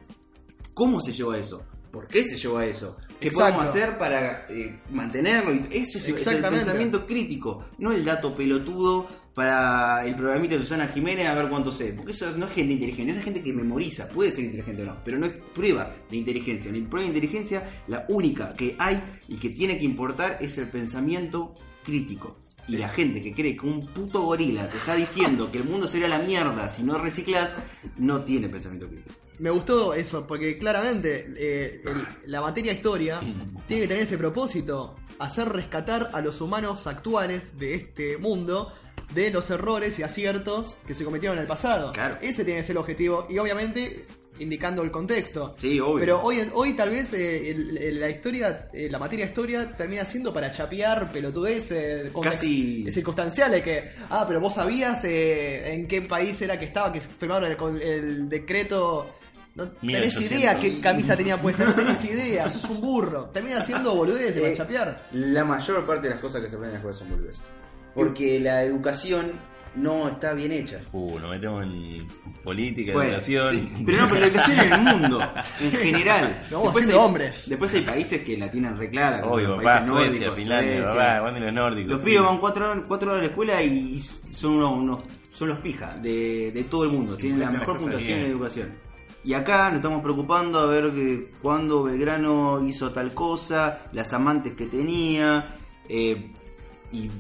S3: cómo se llegó a eso. ¿Por qué se llegó a eso? ¿Qué
S1: Exacto.
S3: podemos hacer para eh, mantenerlo? Y Eso es, es el
S1: Exactamente.
S3: pensamiento crítico, no el dato pelotudo para el programita de Susana Jiménez a ver cuánto sé. Porque eso no es gente inteligente, esa gente que memoriza, puede ser inteligente o no, pero no es prueba de inteligencia. La prueba de inteligencia, la única que hay y que tiene que importar es el pensamiento crítico. Y la gente que cree que un puto gorila te está diciendo que el mundo sería la mierda si no reciclas, no tiene pensamiento crítico.
S1: Me gustó eso, porque claramente eh, el- la materia historia tiene que tener ese propósito, hacer rescatar a los humanos actuales de este mundo de los errores y aciertos que se cometieron en el pasado.
S3: Claro.
S1: Ese tiene que ser el objetivo y obviamente indicando el contexto.
S3: Sí, obvio.
S1: Pero hoy, hoy tal vez eh, el- el- la historia, eh, la materia historia termina siendo para chapear pelotudeces context-
S3: Casi-
S1: circunstanciales que, ah, pero vos sabías eh, en qué país era que estaba, que firmaron el, con- el decreto... No tenés
S2: 1800.
S1: idea qué camisa tenía puesta, no tenés idea, sos un burro. Termina siendo boludeces para
S3: Eh,
S1: chapear.
S3: La mayor parte de las cosas que se aprenden en la escuela son boludeces. Porque la educación no está bien hecha.
S2: Uh, nos metemos en política,
S3: Bueno,
S2: educación.
S3: sí. Pero no, pero la educación en el mundo, en general.
S1: Lo vamos
S3: hay,
S1: haciendo hombres.
S3: Después hay países que la tienen reclara. como
S2: Obvio,
S3: los
S2: papá,
S3: países
S2: Suecia,
S3: nórdicos,
S2: Finlandia,
S3: Suecia.
S2: papá, van de los nórdicos.
S3: Los pibes van cuatro, cuatro horas a la escuela y son unos, unos- son los pijas de, de todo el mundo.
S2: Sí,
S3: Tienen la
S2: hacen las
S3: mejor
S2: cosas
S3: puntuación en
S2: bien.
S3: educación. Y acá nos estamos preocupando a ver que, cuándo Belgrano hizo tal cosa, las amantes que tenía. eh, y.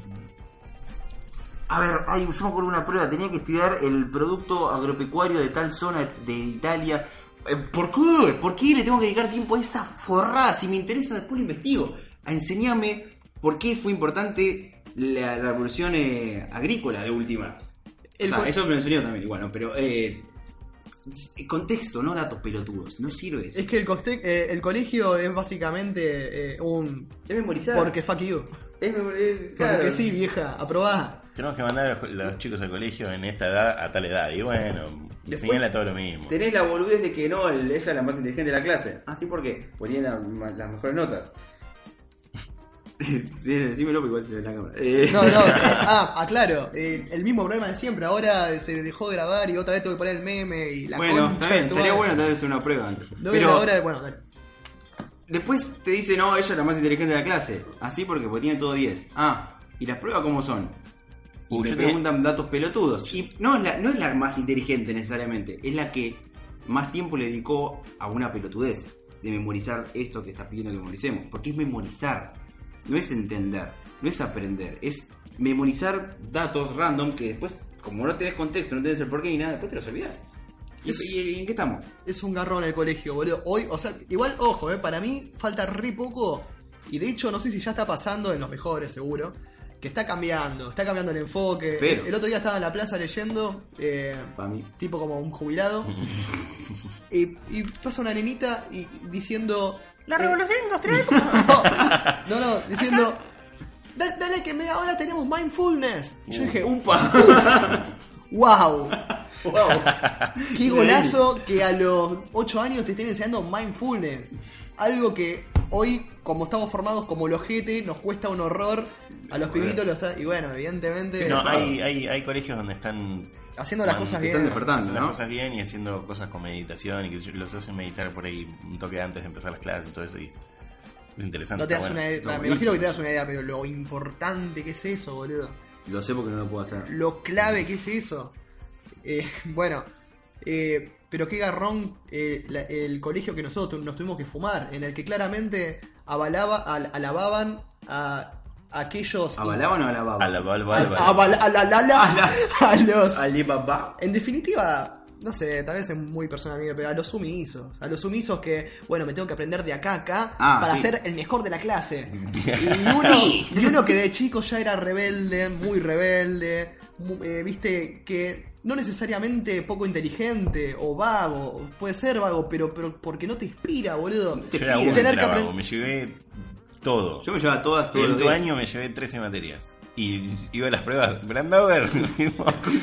S3: A ver, ay, yo me acuerdo de una prueba. Tenía que estudiar el producto agropecuario de tal zona de Italia. Eh, ¿Por qué? ¿Por qué le tengo que dedicar tiempo a esa forrada? Si me interesa, después lo investigo. A enseñarme por qué fue importante la, la revolución eh, agrícola de última. O
S1: El
S3: sea,
S1: co-
S3: eso me lo enseñó también, igual, ¿no? pero. eh, contexto, no datos pelotudos. No sirve eso.
S1: Es que el, coste- eh, el colegio es básicamente eh, un...
S3: Es memorizar.
S1: Porque fuck you.
S3: es, memor- es-
S1: Porque
S3: claro.
S1: sí, vieja, aprobá.
S2: Tenemos que mandar a los, los chicos al colegio en esta edad, a tal edad. Y bueno, le
S3: Después-
S2: señala todo lo mismo.
S3: Tenés la boludez de que no, el- esa es la más inteligente de la clase. Ah, sí, ¿por qué? Pues tiene la- ma- las mejores notas. sí, decímelo porque igual se ve en la cámara. Eh,
S1: No, no, eh, ah, aclaro, eh, el mismo problema de siempre, ahora se dejó de grabar y otra vez tuve que poner el meme y la
S3: bueno,
S1: concha
S3: está bien,
S1: de tu
S3: estaría
S1: madre.
S3: bueno tal vez hacer una prueba antes.
S1: Lo
S3: Pero
S1: pero... ahora, bueno, dale.
S3: después te dice, no, ella es la más inteligente de la clase. Así porque pues tiene todo 10. Ah, ¿y las pruebas cómo son? Y
S2: Uh,
S3: me
S2: yo tenía-
S3: preguntan datos pelotudos. Y no es, la, no es la más inteligente necesariamente, es la que más tiempo le dedicó a una pelotudez de memorizar esto que está pidiendo que memoricemos. Porque es memorizar, no es entender, no es aprender, es memorizar datos random que después, como no tenés contexto, no tenés el porqué ni nada, después te los olvidás. ¿Y,
S1: Es-
S3: y- y en qué estamos?
S1: Es un garrón el colegio, boludo. Hoy, o sea, igual, ojo, eh, para mí falta re poco. Y de hecho, no sé si ya está pasando en los mejores, seguro. Que está cambiando, está cambiando el enfoque.
S3: Pero-
S1: El otro día estaba en la plaza leyendo, eh,
S3: Para mí.
S1: tipo como un jubilado. y, y pasa una nenita y, y diciendo.
S4: La
S1: eh,
S4: revolución industrial.
S1: No, no, diciendo. "Da- Dale que media hora tenemos mindfulness. Y yo dije,
S3: ¡Upa!
S1: wow.
S3: ¡Wow!
S1: Qué golazo que a los 8 años te estén enseñando mindfulness. Algo que hoy, como estamos formados como los GT, nos cuesta un horror. A los pibitos los ha- Y bueno, evidentemente.
S2: No, hay, hay, hay colegios donde están
S1: Haciendo las cosas
S2: Te
S3: están
S1: bien.
S3: despertando.
S2: haciendo
S3: ¿no?
S2: las cosas bien y haciendo cosas con meditación y que yo- los hacen meditar por ahí un toque antes de empezar las clases y todo eso. Y es interesante.
S1: No te
S2: está
S1: das
S2: bueno.
S1: una idea.
S3: Está
S1: Me imagino
S3: buenísimo.
S1: que te das una idea, pero lo importante que es eso, boludo.
S3: Lo sé porque no lo puedo hacer.
S1: lo clave que es eso. Eh, bueno, eh, pero qué garrón eh, la- el colegio que nosotros tu- nos tuvimos que fumar, en el que claramente avalaba, al- alababan a aquellos...
S3: ¿Avalaban o alababan?
S2: A la bal,
S1: a-
S3: Ah,
S2: bal, bal.
S1: aval- a la- la- la- a los...
S3: Alibaba.
S1: En definitiva, no sé, tal vez es muy personal mío, pero a los sumisos. A los sumisos que, bueno, me tengo que aprender de acá a acá
S3: Ah,
S1: para
S3: sí.
S1: ser el mejor de la clase. Y uno,
S3: Sí.
S1: y uno que de chico ya era rebelde, muy rebelde, mu- eh, viste, que no necesariamente poco inteligente o vago, puede ser vago, pero, pero porque no te inspira, boludo.
S2: Yo era
S3: Tener
S2: ultra
S1: que aprend-
S2: vago, me llevé todo.
S3: Yo me llevaba todas todos
S2: en
S3: los
S2: tu
S3: días.
S2: año me llevé 13 materias. Y iba a las pruebas. Brandover,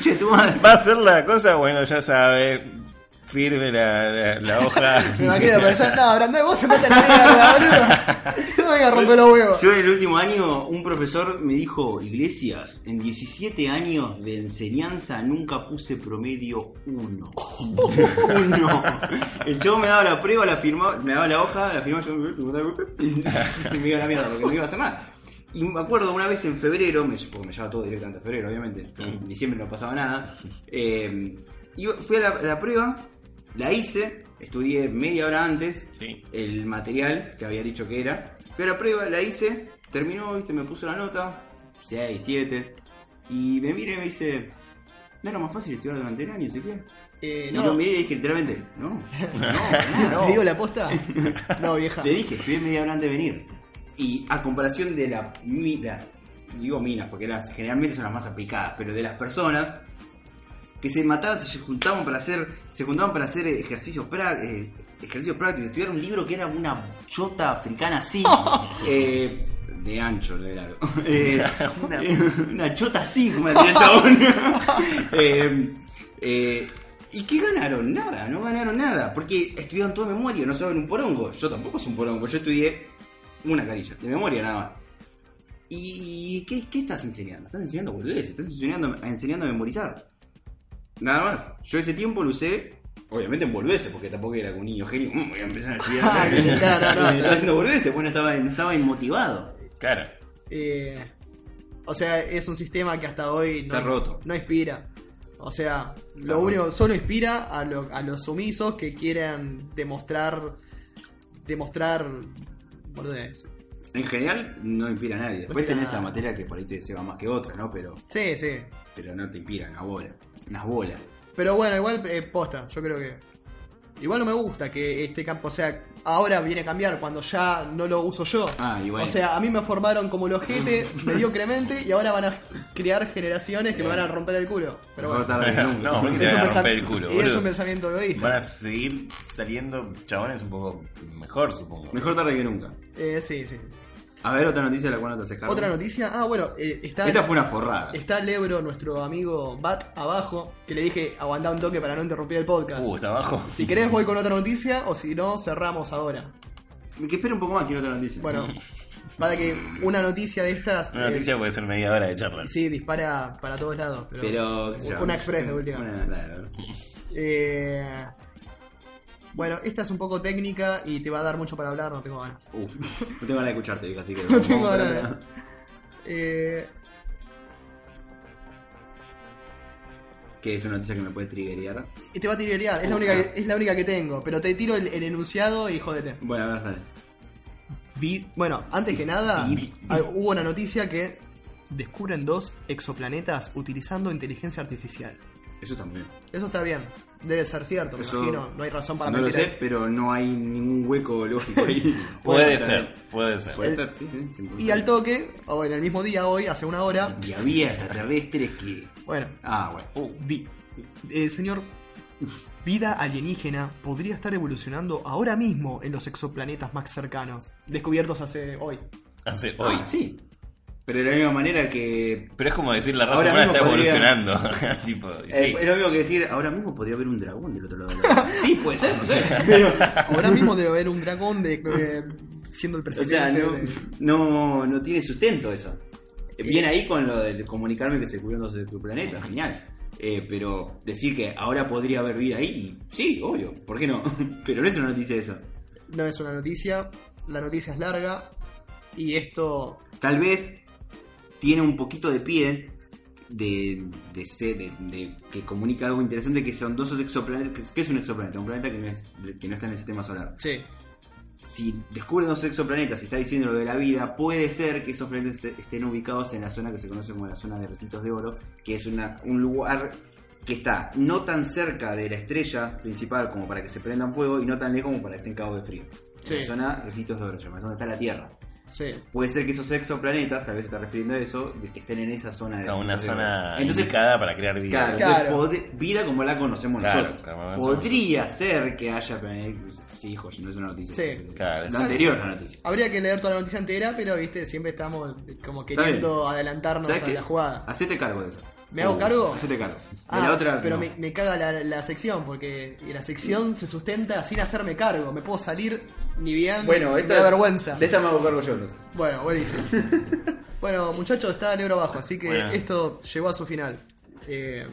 S3: Che, tu madre.
S2: ¿va a ser la cosa? Bueno, ya sabe. firme la, la, la hoja.
S1: Me imagino pensar, no, Brandon, vos se mete en la mierda, boludo. No vengas a romper los huevos.
S3: Yo en el último año, un profesor me dijo, Iglesias, en 17 años de enseñanza nunca puse promedio 1. 1. El chavo me daba la prueba, la firmaba, me daba la hoja, la firmaba yo y me iba a la mierda, porque no iba a hacer nada. Y me acuerdo una vez en febrero, me, porque me llevaba todo directamente a febrero, obviamente, en diciembre no pasaba nada. eh, iba- fui a la, a la prueba, la hice, estudié media hora antes
S2: Sí.
S3: el material que había dicho que era. Fui a la prueba, la hice, terminó, viste, me puso la nota, 6, 7. Y me mira y me dice, no era más fácil estudiar durante el año, si quieres.
S1: Eh,
S3: Y
S1: no,
S3: lo miré y le dije literalmente, no, no, no, no.
S1: ¿Te digo la posta? No, vieja.
S3: Le dije, estudié media hora antes de venir. Y a comparación de la mina, digo minas, porque las, generalmente son las más aplicadas, pero de las personas que se mataban, se juntaban para hacer, se juntaban para hacer ejercicios prá- eh, ejercicios prácticos, estudiar un libro que era una chota africana así, eh, de ancho, de largo. Eh, una, una chota así, como decía el chabón. Eh, eh, ¿Y qué ganaron? Nada, no ganaron nada. Porque estudiaron todo de memoria, no saben un porongo. Yo tampoco soy un porongo, yo estudié una carilla, de memoria nada más. ¿Y qué, qué estás enseñando? Estás enseñando boludeces, estás enseñando, enseñando a memorizar. Nada más. Yo ese tiempo lo usé, obviamente en boludeces, porque tampoco era un niño genio. "Mm, voy a empezar a estudiar.
S1: No, no, no,
S3: estaba haciendo boludeces, bueno, estaba, no estaba inmotivado.
S2: Claro.
S1: Eh, o sea, es un sistema que hasta hoy no,
S3: Está roto.
S1: no inspira. O sea, lo
S3: roto.
S1: único, solo inspira a, lo- a los sumisos que quieren demostrar. demostrar. boludeces.
S3: En general, no inspira a nadie. Después
S1: inspira
S3: tenés
S1: Pues nada.
S3: la materia que por ahí te se va más que otra, ¿no? Pero,
S1: Sí, sí.
S3: pero no te inspira, una bola. Unas bolas.
S1: Pero bueno, igual eh, posta, yo creo que. Igual no me gusta que este campo, o sea, ahora viene a cambiar cuando ya no lo uso yo.
S3: Ah, y bueno.
S1: O sea, a mí me formaron como los gente mediocremente y ahora van a crear generaciones que me van a romper el culo. Pero
S3: Mejor
S1: bueno,
S3: tarde que nunca.
S2: No, porque-
S1: es un,
S2: a
S1: pensam-
S2: romper el
S1: y
S2: culo,
S1: es
S2: boludo.
S1: un pensamiento
S2: Van a
S1: egoísta.
S2: seguir saliendo chabones un poco mejor, supongo.
S3: Mejor tarde que nunca.
S1: Eh, sí, sí.
S3: A ver, otra noticia de la cual no te haces cargo.
S1: Otra noticia. Ah, bueno, eh, está,
S3: Esta fue una forrada.
S1: está el Ebro, nuestro amigo Bat, abajo, que le dije aguantá un toque para no interrumpir el podcast.
S2: Uh, está abajo.
S1: Si querés voy con otra noticia o si no, cerramos ahora.
S3: Que espere un poco más, quiero otra noticia.
S1: Bueno, para que una noticia de estas.
S2: Mm. Una
S1: eh,
S2: noticia puede ser media hora de charla.
S1: sí, dispara para todos lados. Pero.
S3: Pero. qué sé yo.
S1: una express de última.
S3: Una- claro.
S1: Eh, bueno, esta es un poco técnica y te va a dar mucho para hablar, no tengo ganas.
S3: Uf, no tengo ganas de escucharte, Vic, así que.
S1: No tengo
S3: vamos para
S1: ganas.
S3: otra.
S1: Eh,
S3: Que es una noticia que me puede triggerear.
S1: y te va a tirerear, es la, única que, es la única que tengo, pero te tiro el, el enunciado y jódete.
S3: Bueno, a ver, dale.
S1: Bueno, antes que nada, hay- hubo una noticia que descubren dos exoplanetas utilizando inteligencia artificial.
S3: Eso también.
S1: Eso está bien, debe ser cierto, me
S3: Eso-
S1: imagino, no hay razón para
S3: no lo
S1: mentir ahí.
S3: sé, pero no hay ningún hueco lógico ahí.
S2: Puede
S3: Bueno,
S2: ser, puede ser.
S3: Puede ser, sí, sí. sin
S1: Y
S3: problema.
S1: al toque, o en el mismo día, hoy, hace una hora,
S3: Y había extraterrestres que.
S1: bueno,
S3: Ah, bueno.
S1: vi, eh, señor, vida alienígena podría estar evolucionando ahora mismo en los exoplanetas más cercanos, descubiertos hace hoy.
S2: Hace hoy.
S3: Ah, sí. Pero de la misma manera que. eh,
S2: Pero es como decir la raza
S3: Ahora
S2: humana está
S3: mismo podría-
S2: evolucionando. tipo, y
S3: Eh,
S2: sí.
S3: es lo mismo que decir, ahora mismo podría haber un dragón del otro lado. de la- sí, puede ser, no sé.
S1: Ahora mismo debe haber un dragón de, eh, siendo el
S3: O sea,
S1: presidente.
S3: no,
S1: de-
S3: no, no tiene sustento eso. Bien ahí con lo de comunicarme que se cubrieron dos de tu planeta, genial. Eh, pero decir que ahora podría haber vida ahí, y sí, obvio, ¿por qué no? Pero no es una noticia eso.
S1: No es una noticia, la noticia es larga y esto...
S3: Tal vez tiene un poquito de pie de, de, se- de- de- que comunica algo interesante que son dos exoplanetas. ¿Qué es un exoplaneta? Un planeta que no, es, que no está en el sistema solar.
S1: Sí,
S3: si descubren dos exoplanetas y está diciendo lo de la vida, puede ser que esos planetas est- estén ubicados en la zona que se conoce como la zona de recintos de oro, que es una- un lugar que está no tan cerca de la estrella principal como para que se prendan fuego y no tan lejos como para que estén cabo de frío.
S1: Sí.
S3: La zona recintos de oro, llamas, donde está la Tierra.
S1: sí.
S3: Puede ser que esos exoplanetas, tal vez se está refiriendo a eso, de que estén en esa zona de
S2: Está una
S3: recintos de
S2: zona
S3: oro. Entonces,
S2: indicada para crear vida.
S3: Claro,
S1: Claro.
S3: entonces, pod- vida como la conocemos
S2: Claro,
S3: nosotros.
S2: como la conocemos
S3: Podría ser que haya planetas. pues, Sí, hijo, no es una noticia.
S1: Sí.
S2: Claro.
S3: Lo anterior es una noticia.
S1: Habría que leer toda la noticia entera, pero viste, siempre estamos como
S3: Está bien.
S1: queriendo adelantarnos
S3: ¿Sabes
S1: a
S3: qué?
S1: la jugada.
S3: Hacete cargo de eso.
S1: ¿Me hago cargo?
S3: Hacete cargo. De
S1: Ah,
S3: la otra,
S1: pero
S3: no.
S1: me, me caga la, la sección, porque la sección se sustenta sin hacerme cargo. Me puedo salir ni bien.
S4: Bueno,
S1: Me
S4: esta.
S1: da vergüenza.
S4: De esta me hago cargo yo. entonces.
S1: Bueno, buenísimo. bueno, muchachos, está el euro abajo, así que
S2: Bueno.
S1: esto llegó a su final. Eh,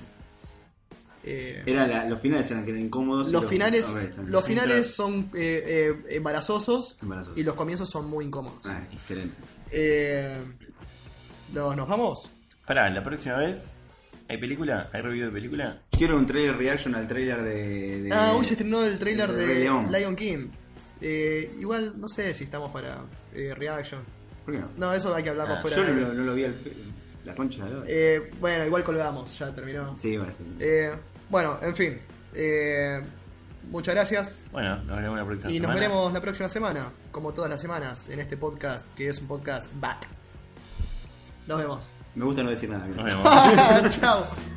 S1: eh,
S3: Era la- los finales eran que eran incómodos. y
S1: los finales,
S3: a ver, están
S1: los
S3: sin
S1: finales son eh, eh, embarazosos
S3: Embarazosos.
S1: y los comienzos son muy incómodos.
S3: tra- Ah, excelente.
S1: Eh, ¿nos, nos vamos?
S2: Pará, la próxima vez. ¿Hay película? ¿Hay review de película?
S3: Quiero un trailer reaction al trailer de. de-
S1: ah, hoy se estrenó el trailer
S3: Eh, el
S1: de
S3: Rey León.
S1: Lion King. Eh, igual no sé si estamos para eh, reaction.
S3: ¿Por qué no?
S1: No, eso hay que hablarlo
S2: Ah,
S1: fuera.
S3: Yo
S1: de-
S3: no, lo- no lo vi al. La concha de la lora.
S1: Eh, bueno, igual colgamos, ya terminó.
S3: Sí, bueno, sí.
S1: Eh, bueno, en fin. Eh, muchas gracias.
S2: Bueno, nos veremos la próxima
S1: Y nos
S2: semana.
S1: veremos la próxima semana, como todas las semanas, en este podcast, que es un podcast BAT. Nos vemos.
S3: Me gusta no decir nada. mira.
S2: Nos vemos.
S1: Chao.